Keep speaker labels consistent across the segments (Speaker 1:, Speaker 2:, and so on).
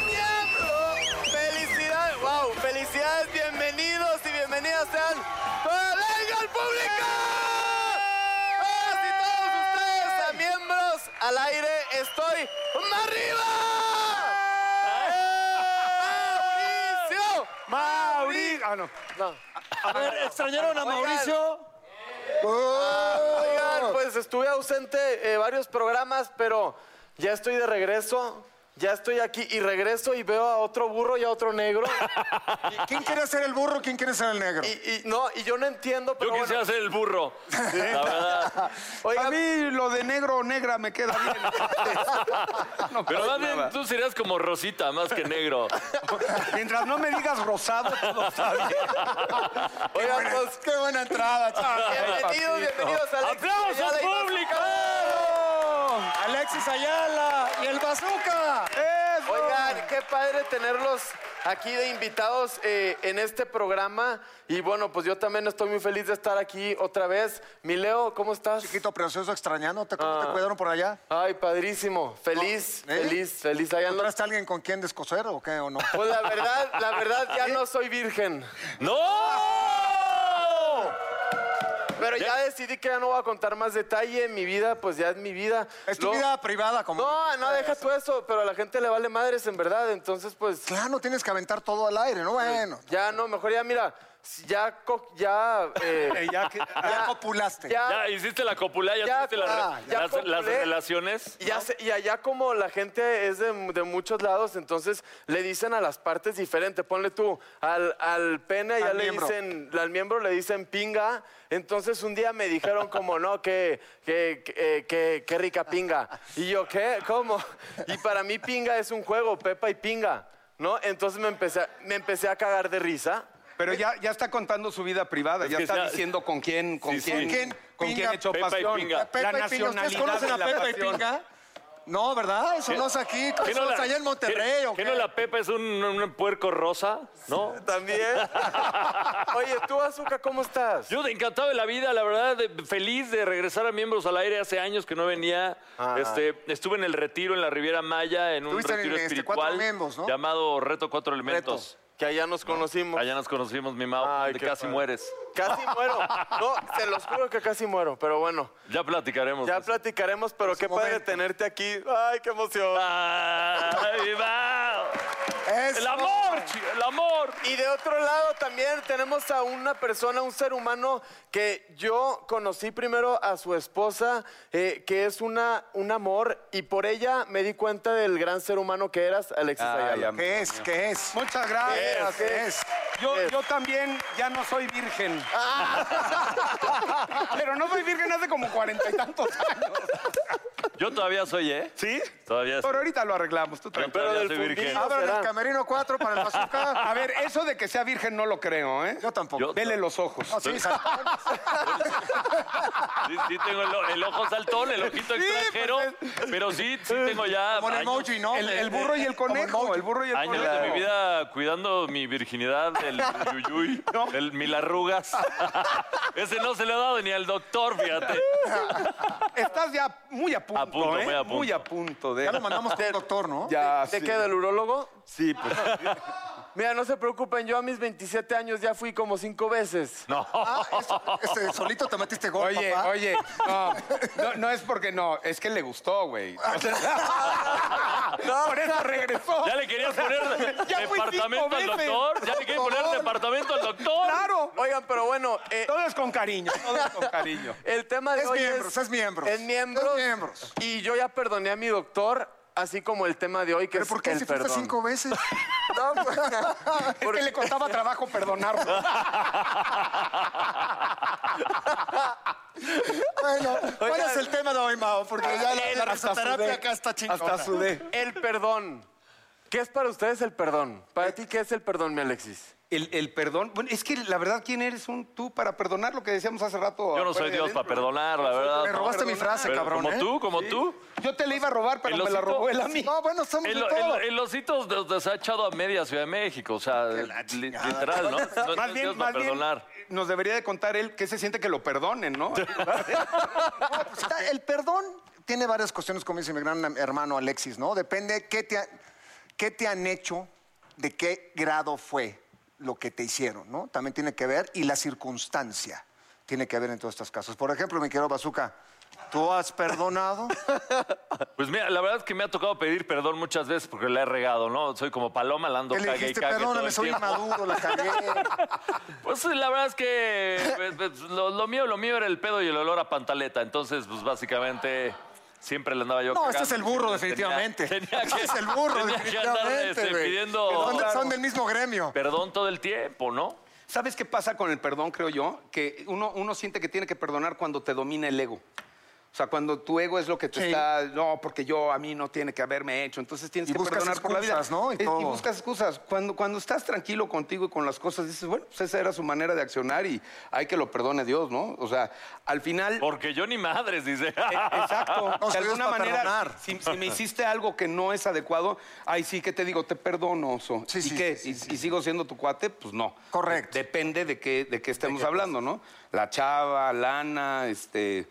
Speaker 1: ¡Miembro! ¡Felicidades! ¡Wow! ¡Felicidades! ¡Bienvenidos y bienvenidas sean! ¡Venga al público! ¡Todas y todos ustedes a miembros al aire! ¡Estoy más arriba! ¡Mauricio! ¡Mauricio! Ah, no.
Speaker 2: A ver, ¿extrañaron a
Speaker 1: Oigan.
Speaker 2: Mauricio?
Speaker 1: Oigan, pues estuve ausente eh, varios programas, pero ya estoy de regreso. Ya estoy aquí y regreso y veo a otro burro y a otro negro.
Speaker 3: ¿Quién quiere ser el burro? ¿Quién quiere ser el negro?
Speaker 1: Y, y- no, y yo no entiendo,
Speaker 4: Yo
Speaker 1: pero bueno.
Speaker 4: quisiera ser el burro. La verdad.
Speaker 1: Oiga,
Speaker 3: A mí lo de negro o negra me queda bien. No
Speaker 1: pues,
Speaker 4: Pero
Speaker 3: pasa
Speaker 4: más bien
Speaker 3: nada.
Speaker 4: tú serías como Rosita, más que negro.
Speaker 3: Mientras no me digas rosado, todo está bien.
Speaker 1: oigan, pues,
Speaker 3: Qué buena entrada, chaval.
Speaker 1: bienvenidos, bienvenidos a Alex
Speaker 4: ¡Aplausos,
Speaker 1: Ayala y-
Speaker 4: público!
Speaker 2: Alexis Ayala y el Bazooka.
Speaker 1: Oigan, qué padre tenerlos aquí de invitados eh, en este programa. Y bueno, pues yo también estoy muy feliz de estar aquí otra vez. Mi Leo, ¿cómo estás?
Speaker 3: Chiquito precioso extrañándote, ¿cómo
Speaker 1: Ah.
Speaker 3: te cuidaron por allá?
Speaker 1: Ay, padrísimo. Feliz,
Speaker 3: ¿Eh?
Speaker 1: feliz, feliz. Ahí andan.
Speaker 3: ¿Encontraste a alguien con quien descoser o qué o no?
Speaker 1: Pues la verdad, la verdad, ya no soy virgen.
Speaker 4: ¡No!
Speaker 1: Pero ya decidí que ya no voy a contar más detalle. Mi vida, pues ya es mi vida.
Speaker 3: Es tu
Speaker 1: Lo-
Speaker 3: vida privada, como.
Speaker 1: No, no, deja tú eso, pero a la gente le vale madres en verdad, entonces pues
Speaker 3: Claro, tienes que aventar todo al aire, ¿no? Bueno.
Speaker 1: ya no, mejor ya mira, si ya, co- ya, eh,
Speaker 3: Ya, ya copulaste.
Speaker 1: ya,
Speaker 4: Ya hiciste la copula, ya,
Speaker 1: Ya,
Speaker 4: hiciste la re-
Speaker 1: ah, ya
Speaker 4: las, las
Speaker 1: copulé.
Speaker 4: relaciones.
Speaker 1: ya se- y allá como la gente es de, de muchos lados, entonces le dicen a las partes diferente, ponle tú, al, al pene ya
Speaker 3: Al
Speaker 1: le
Speaker 3: miembro.
Speaker 1: dicen, al miembro le dicen pinga, entonces un día me dijeron como no, que, que, que, eh, que- que rica pinga, y yo, ¿qué? ¿Cómo? Y para mí pinga es un juego, Pepa y pinga. ¿No? Entonces me empecé, a- me empecé a cagar de risa.
Speaker 5: Pero ya, ya está contando su vida privada, ya
Speaker 4: que
Speaker 5: está
Speaker 4: sea-
Speaker 5: diciendo con quién, con
Speaker 4: Sí, sí.
Speaker 5: quién,
Speaker 3: ¿Con quién?
Speaker 5: con quién
Speaker 3: Pinga,
Speaker 5: echó
Speaker 4: Pepa y
Speaker 5: pasión.
Speaker 4: pinga.
Speaker 3: Pepa y Pinga. ¿Ustedes conocen a Pepa y Pinga? No, ¿verdad? Eso no es aquí.
Speaker 4: ¿Qué
Speaker 3: Eso
Speaker 4: la-
Speaker 3: es allá en Monterrey.
Speaker 4: ¿qué-
Speaker 3: ¿o
Speaker 4: qué
Speaker 3: qué?
Speaker 4: no la Pepa es un, un puerco rosa? ¿No?
Speaker 1: También. Oye, tú, Azúcar, ¿cómo estás?
Speaker 4: Yo de encantado de la vida, la verdad, de- feliz de regresar a Miembros al Aire. Hace años que no venía. Este, estuve en el retiro en la Riviera Maya, en un
Speaker 3: Ah. Estuviste en
Speaker 4: retiro
Speaker 3: este,
Speaker 4: espiritual
Speaker 3: Cuatro Miembros, ¿no?
Speaker 4: llamado Reto Cuatro Elementos.
Speaker 1: Que allá nos conocimos.
Speaker 4: Allá nos conocimos, mi Mao,
Speaker 1: Ay,
Speaker 4: de
Speaker 1: qué
Speaker 4: casi
Speaker 1: padre.
Speaker 4: mueres.
Speaker 1: Casi muero. No, se los juro que casi muero, pero bueno.
Speaker 4: Ya platicaremos.
Speaker 1: Ya
Speaker 4: de eso.
Speaker 1: platicaremos, pero qué padre
Speaker 3: momento.
Speaker 1: tenerte aquí. Ay, qué emoción.
Speaker 4: Ah. ¡Ay, Mao!
Speaker 3: Eso.
Speaker 4: ¡El amor, chi- ¡El amor!
Speaker 1: Y de otro lado también tenemos a una persona, un ser humano que yo conocí primero a su esposa, eh, que es una, un amor, y por ella me di cuenta del gran ser humano que eras, Alexis Ayala.
Speaker 3: ¿Qué es? ¿Qué es?
Speaker 5: Muchas gracias.
Speaker 1: ¿Qué es? ¿Qué
Speaker 3: es?
Speaker 5: Yo, yo también ya no soy virgen. Pero no soy virgen hace como cuarenta y tantos años.
Speaker 4: Yo todavía soy, ¿eh?
Speaker 5: ¿Sí?
Speaker 4: Todavía soy.
Speaker 5: Pero ahorita lo arreglamos, tú
Speaker 4: Yo
Speaker 5: tranquilo.
Speaker 4: todavía
Speaker 1: del
Speaker 4: soy
Speaker 1: fundillo.
Speaker 4: virgen.
Speaker 1: Ah,
Speaker 3: Abran
Speaker 1: será?
Speaker 3: el camerino 4 para el bazooka.
Speaker 5: A ver, eso de que sea virgen no lo creo, ¿eh?
Speaker 3: Yo tampoco.
Speaker 4: Yo-
Speaker 5: Vele los ojos.
Speaker 3: No, sí, sal-
Speaker 4: Sí, sí tengo el, o- el ojo saltón, el ojito
Speaker 5: pues
Speaker 4: extranjero, pero sí, sí tengo ya
Speaker 3: Como el
Speaker 4: años,
Speaker 3: emoji, ¿no?
Speaker 5: El, el burro y el conejo, el burro y el
Speaker 4: años
Speaker 5: conejo.
Speaker 4: de mi vida cuidando mi virginidad, el yuyuy, el mil arrugas. Ese no se lo he dado ni al doctor, fíjate.
Speaker 5: Estás ya muy a punto,
Speaker 4: A punto,
Speaker 5: ¿eh?
Speaker 4: muy a punto.
Speaker 5: punto de...
Speaker 3: Ya lo mandamos con un doctor, ¿no?
Speaker 5: Ya,
Speaker 1: ¿Te
Speaker 5: ah, sí.
Speaker 1: queda el urólogo?
Speaker 5: Sí, pues.
Speaker 1: Mira, no se preocupen, yo a mis 27 años ya fui como cinco veces.
Speaker 4: No.
Speaker 3: Ah, eso- ese, solito te metiste gol,
Speaker 5: Oye,
Speaker 3: papá.
Speaker 5: oye, no, no, no es porque no, es que le gustó, güey. O sea, por eso regresó.
Speaker 4: ¿Ya le querías poner
Speaker 5: Ya fui
Speaker 4: departamento
Speaker 5: cinco
Speaker 4: al
Speaker 5: veces.
Speaker 4: doctor? ¿Ya le querías poner departamento al doctor?
Speaker 5: Claro.
Speaker 1: Oigan, pero bueno, eh,
Speaker 5: Todo es con cariño, todo es con cariño.
Speaker 1: el tema de
Speaker 3: Es
Speaker 1: hoy
Speaker 3: miembros, es miembros.
Speaker 1: Es miembros.
Speaker 3: Es miembros.
Speaker 1: Y yo ya perdoné a mi doctor, así como el tema de hoy, que
Speaker 3: ¿Pero
Speaker 1: es
Speaker 3: por qué
Speaker 1: el
Speaker 3: si fuiste
Speaker 1: perdón.
Speaker 3: cinco veces?
Speaker 1: No, pues,
Speaker 5: Es que le costaba trabajo perdonarlo.
Speaker 3: Bueno, ¿cuál es el tema de hoy, Mao? Porque ya la, la
Speaker 5: Hasta
Speaker 3: risoterapia
Speaker 5: sudé.
Speaker 3: acá está chingona.
Speaker 5: Hasta sudé.
Speaker 1: el perdón. ¿Qué es para ustedes el perdón?
Speaker 3: Eh,
Speaker 1: ¿Para ti qué es el perdón, mi Alexis?
Speaker 5: El, el perdón, bueno, es que la verdad, ¿quién eres un tú para perdonar lo que decíamos hace rato?
Speaker 4: Yo no soy
Speaker 5: afuera de
Speaker 4: Dios para
Speaker 5: adentro?
Speaker 4: perdonar, la verdad.
Speaker 3: Me
Speaker 4: no.
Speaker 3: robaste mi frase,
Speaker 4: Pero
Speaker 3: cabrón,
Speaker 4: Como
Speaker 3: ¿eh?
Speaker 4: tú, como tú.
Speaker 5: Yo te la iba a robar, pero
Speaker 4: ¿El
Speaker 5: me la
Speaker 4: osito?
Speaker 5: robó él a mí.
Speaker 3: No, bueno, estamos
Speaker 4: El,
Speaker 3: de todo.
Speaker 4: el, el osito nos- nos ha echado a media Ciudad de México, o sea, li- literal, ¿no? No, no es Dios para perdonar.
Speaker 5: eh, nos debería de contar él que se siente que lo perdonen, ¿no?
Speaker 3: No, pues está- el perdón tiene varias cuestiones, como dice mi gran hermano Alexis, ¿no? Depende qué te, ha- qué te han hecho, de qué grado fue lo que te hicieron, ¿no? También tiene que ver, y la circunstancia tiene que ver en todos estos casos. Por ejemplo, mi querido Bazooka, ¿tú has perdonado?
Speaker 4: Pues mira, la verdad es que me ha tocado pedir perdón muchas veces porque la he regado, ¿no? Soy como paloma, la ando
Speaker 3: ¿Qué le
Speaker 4: cague y
Speaker 3: dijiste?
Speaker 4: cague todo
Speaker 3: Perdóname,
Speaker 4: el
Speaker 3: soy
Speaker 4: tiempo.
Speaker 3: inmaduro, la cagué. este
Speaker 4: Pues la verdad es que pues, pues, lo, lo mío, lo mío era el pedo y el olor a pantaleta. Entonces, pues básicamente siempre le andaba yo.
Speaker 3: No, este
Speaker 4: cagando.
Speaker 3: es el burro,
Speaker 4: Tenía-
Speaker 3: definitivamente.
Speaker 4: tenía que-
Speaker 3: Este es el burro,
Speaker 4: tenía que andar,
Speaker 3: definitivamente,
Speaker 4: este,
Speaker 3: güey.
Speaker 4: pidiendo
Speaker 3: Que Son, son del mismo gremio.
Speaker 4: perdón todo el tiempo, ¿no?
Speaker 5: ¿Sabes qué pasa con el perdón, creo yo? Que uno, uno siente que tiene que perdonar cuando te domina el ego. O sea, cuando tu ego es lo que te está, no, porque yo a mí no tiene que haberme hecho. Entonces tienes
Speaker 3: Y
Speaker 5: que
Speaker 3: buscas
Speaker 5: perdonar por la vida.
Speaker 3: excusas, ¿no? Y
Speaker 5: Eh, Y,
Speaker 3: todo.
Speaker 5: buscas excusas. Cuando, cuando estás tranquilo contigo y con las cosas, dices, bueno, pues esa era su manera de accionar y hay que lo perdone Dios, ¿no? O sea, al final.
Speaker 4: Porque yo ni madres, dice.
Speaker 5: Eh, Exacto.
Speaker 3: No,
Speaker 5: de
Speaker 3: si Dios
Speaker 5: alguna
Speaker 3: pa'
Speaker 5: manera,
Speaker 3: perdonar.
Speaker 5: si, si me hiciste algo que no es adecuado, ay, sí que te digo, te perdono, oso.
Speaker 3: Sí,
Speaker 5: ¿Y
Speaker 3: sí,
Speaker 5: qué?
Speaker 3: sí, sí,
Speaker 5: ¿Y,
Speaker 3: sí,
Speaker 5: y sigo siendo tu cuate? Pues no.
Speaker 3: Correcto.
Speaker 5: Depende de qué, de qué estemos hablando, ¿no? La chava, Lana, este,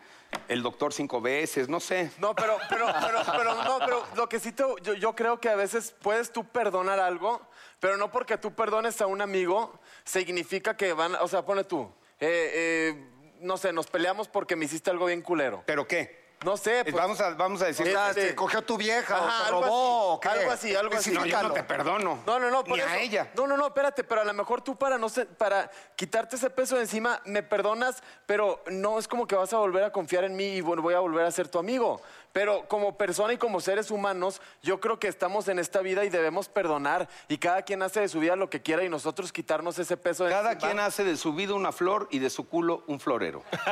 Speaker 5: el doctor cinco veces, no sé.
Speaker 1: No, pero, pero, pero, pero, no, pero lo que sí te- yo, yo creo que a veces puedes tú perdonar algo, pero no porque tú perdones a un amigo, significa que van, o sea, pone tú, eh, eh, no sé, nos peleamos porque me hiciste algo bien culero.
Speaker 5: ¿Pero qué?
Speaker 1: No sé,
Speaker 5: Eh,
Speaker 1: pues,
Speaker 5: vamos, a, vamos a decir...
Speaker 3: O sea,
Speaker 1: Este-
Speaker 3: te cogió tu vieja,
Speaker 1: Ajá,
Speaker 3: o te
Speaker 1: algo
Speaker 3: robó,
Speaker 1: así,
Speaker 3: o qué.
Speaker 1: algo así, algo así.
Speaker 5: no, yo no
Speaker 3: Especifícalo.
Speaker 5: te perdono.
Speaker 1: No, no, no. por
Speaker 5: Ni a
Speaker 1: eso.
Speaker 5: ella.
Speaker 1: No, no, no, espérate, pero a lo mejor tú para no se- para quitarte ese peso de encima, me perdonas, pero no es como que vas a volver a confiar en mí y vol- voy a volver a ser tu amigo. Pero como persona y como seres humanos, yo creo que estamos en esta vida y debemos perdonar. Y cada quien hace de su vida lo que quiera y nosotros quitarnos ese peso de
Speaker 5: Cada
Speaker 1: encima.
Speaker 5: quien hace de su vida una flor y de su culo un florero.
Speaker 3: Pues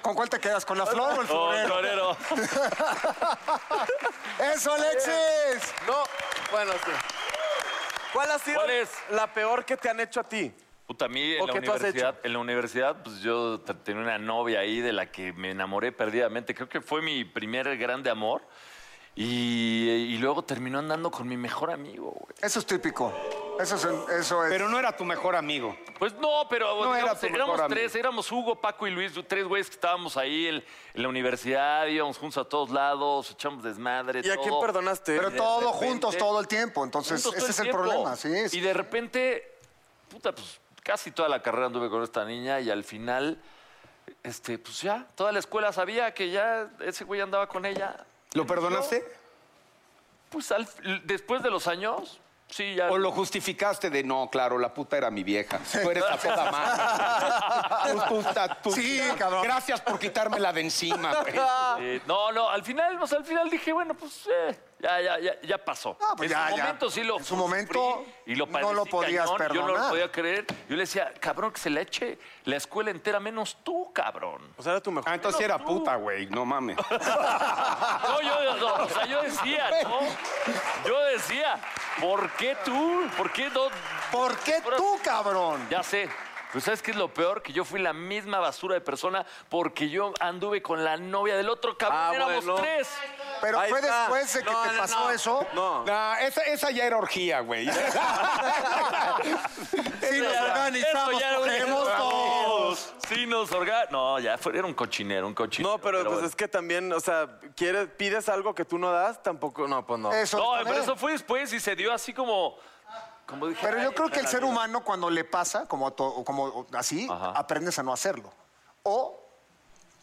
Speaker 3: ¿Con cuál te quedas? ¿Con la flor o el
Speaker 4: Oh,
Speaker 3: florero?
Speaker 4: florero.
Speaker 3: ¡Eso, Alexis!
Speaker 1: No, bueno, sí. ¿Cuál ha sido
Speaker 4: ¿Cuál es?
Speaker 1: la peor que te han hecho a ti?
Speaker 4: Puta, a mí en
Speaker 1: ¿O
Speaker 4: la
Speaker 1: qué tú has
Speaker 4: universidad,
Speaker 1: hecho?
Speaker 4: en la universidad, pues yo te- tenía una novia ahí de la que me enamoré perdidamente. Creo que fue mi primer grande amor. Y, y luego terminó andando con mi mejor amigo, güey.
Speaker 3: Eso es típico. Eso es. Eso es.
Speaker 5: Pero no era tu mejor amigo.
Speaker 4: Pues no, pero
Speaker 5: No era
Speaker 4: digamos,
Speaker 5: tu
Speaker 4: éramos
Speaker 5: mejor
Speaker 4: tres, éramos Hugo, Paco y Luis, tres güeyes que estábamos ahí en, en la universidad, íbamos juntos a todos lados, echamos desmadre.
Speaker 1: ¿Y a quién
Speaker 4: todo.
Speaker 1: perdonaste?
Speaker 3: Pero
Speaker 4: de
Speaker 3: todo
Speaker 4: repente-
Speaker 3: juntos todo el tiempo. Entonces,
Speaker 4: Juntos todo
Speaker 3: ese es el
Speaker 4: tiempo.
Speaker 3: problema, sí.
Speaker 4: Y
Speaker 3: sí.
Speaker 4: de repente, puta, pues casi toda la carrera anduve con esta niña y al final, este, pues ya, toda la escuela sabía que ya ese güey andaba con ella.
Speaker 5: ¿Lo perdonaste?
Speaker 4: Pues al- después de los años, sí, ya.
Speaker 5: O lo justificaste de no, claro, la puta era mi vieja. Tú eres a toda madre. Tú- tú estás- tú-
Speaker 3: Sí, cabrón.
Speaker 5: Gracias por quitármela de encima, güey. Ah,
Speaker 4: Eh, no, no, al final, o sea, al final dije, bueno, pues eh, ya, ya, ya, ya pasó.
Speaker 3: Ah, pues
Speaker 4: en
Speaker 3: ya,
Speaker 4: su
Speaker 3: ya.
Speaker 4: momento sí lo
Speaker 3: En su momento
Speaker 4: sufrí y lo
Speaker 3: no
Speaker 4: padecí
Speaker 3: lo podías
Speaker 4: cañón, Yo no lo
Speaker 3: perdonar.
Speaker 4: podía creer. Yo le decía, cabrón, que se le eche la escuela entera menos tú, cabrón.
Speaker 1: O sea, era tu mejor.
Speaker 5: Ah, entonces sí era puta, güey. No mames.
Speaker 4: No, yo, no, o sea, yo decía, ¿no? Yo decía, ¿por qué tú? ¿Por qué no?
Speaker 3: ¿Por qué tú, cabrón?
Speaker 4: Ya sé. Pues ¿sabes qué es lo peor? Que yo fui la misma basura de persona porque yo anduve con la novia del otro cabrón.
Speaker 1: Ah,
Speaker 4: Éramos
Speaker 1: bueno.
Speaker 4: tres.
Speaker 3: Pero
Speaker 1: Ahí
Speaker 3: fue
Speaker 1: está.
Speaker 3: después de que
Speaker 1: No,
Speaker 3: te
Speaker 1: no,
Speaker 3: pasó
Speaker 1: no.
Speaker 3: eso.
Speaker 1: No.
Speaker 5: Nah, esa, esa ya era orgía, güey.
Speaker 3: Sí, nos
Speaker 4: ya-
Speaker 3: organizamos,
Speaker 4: eso ya era un
Speaker 3: cogemos
Speaker 4: ejemplo.
Speaker 3: dos.
Speaker 4: Sinos, sinos, orga... No, ya fue, era un cochinero, un cochinero.
Speaker 1: No, pero, pues
Speaker 4: bueno.
Speaker 1: es que también, o sea, quieres, pides algo que tú no das, tampoco, no, pues no.
Speaker 3: Eso
Speaker 4: No,
Speaker 3: también.
Speaker 4: pero eso fue después y se dio así como... como dije,
Speaker 3: Pero
Speaker 4: ay,
Speaker 3: yo creo que el
Speaker 4: la
Speaker 3: ser
Speaker 4: vida.
Speaker 3: humano cuando le pasa, como, a to- como así,
Speaker 4: Ajá.
Speaker 3: aprendes a no hacerlo. O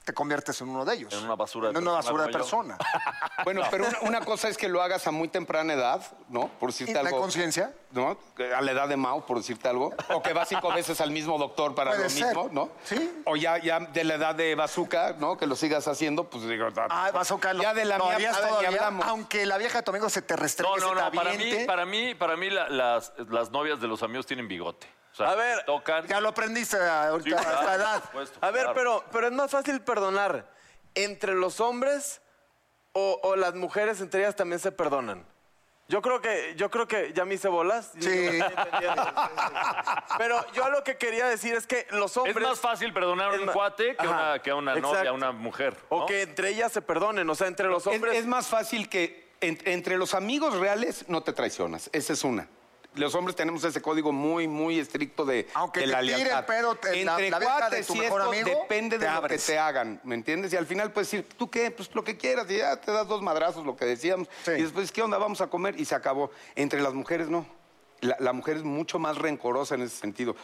Speaker 3: te conviertes en uno de ellos.
Speaker 4: En una basura de
Speaker 3: En una
Speaker 4: persona
Speaker 3: basura de
Speaker 4: como
Speaker 3: persona.
Speaker 5: Bueno, pero una, una cosa es que lo hagas a muy temprana edad, ¿no? Por
Speaker 3: Y
Speaker 5: decirte
Speaker 3: la
Speaker 5: algo.
Speaker 3: conciencia.
Speaker 5: ¿No? Que A la edad de Mao, por decirte algo. O que va cinco veces al mismo doctor para
Speaker 3: Puede
Speaker 5: lo
Speaker 3: ser.
Speaker 5: mismo, ¿no?
Speaker 3: Sí.
Speaker 5: O ya, ya de la edad de Bazooka, ¿no? Que lo sigas haciendo, pues digo.
Speaker 3: Ah, vas a Carlos.
Speaker 5: Ya de la
Speaker 3: ¿Lo
Speaker 5: mía
Speaker 3: harías
Speaker 5: nada, ni
Speaker 3: todavía?
Speaker 5: hablamos.
Speaker 3: Aunque la vieja de tu amigo se te restringe,
Speaker 4: No, no,
Speaker 3: se
Speaker 4: no,
Speaker 3: te
Speaker 4: para mí,
Speaker 3: aviente,
Speaker 4: para mí, para mí la- las, las novias de los amigos tienen bigote. O sea,
Speaker 1: A
Speaker 4: se
Speaker 1: ver,
Speaker 4: tocan...
Speaker 3: Ya lo aprendiste
Speaker 4: Sí,
Speaker 3: ahorita a
Speaker 4: claro,
Speaker 3: esta edad.
Speaker 4: por supuesto,
Speaker 1: A ver,
Speaker 4: claro.
Speaker 1: pero, pero es más fácil perdonar entre los hombres o, o las mujeres entre ellas también se perdonan. Yo creo que, yo creo que ya me hice bolas.
Speaker 3: Sí.
Speaker 1: Pero yo lo que quería decir es que los
Speaker 4: Es
Speaker 1: hombres.
Speaker 4: más fácil perdonar a
Speaker 1: Es
Speaker 4: un
Speaker 1: ma-
Speaker 4: cuate que a
Speaker 1: Ajá,
Speaker 4: una, que a una novia,
Speaker 1: exacto.
Speaker 4: a una mujer.
Speaker 1: O
Speaker 4: ¿no?
Speaker 1: que entre ellas se perdonen, o sea, entre los
Speaker 5: Es-
Speaker 1: hombres.
Speaker 5: Es, más fácil que en- entre los amigos reales no te traicionas. Esa es una. Los hombres tenemos ese código muy, muy estricto de,
Speaker 3: Aunque
Speaker 5: de
Speaker 3: te
Speaker 5: la
Speaker 3: tire el
Speaker 5: lealtad.
Speaker 3: pedo, te- la-
Speaker 5: entre
Speaker 3: la vieja de
Speaker 5: cuates
Speaker 3: tu
Speaker 5: y
Speaker 3: mejor
Speaker 5: esto
Speaker 3: amigo,
Speaker 5: depende
Speaker 3: te
Speaker 5: de lo que
Speaker 3: abres.
Speaker 5: te hagan, ¿me entiendes? Y al final puedes decir, ¿tú qué? Pues lo que quieras. Y ya te das dos madrazos, lo que decíamos.
Speaker 3: Sí.
Speaker 5: Y después, ¿qué onda? Vamos a comer. Y se acabó. Entre las mujeres, no. La, la mujer es mucho más rencorosa en ese sentido.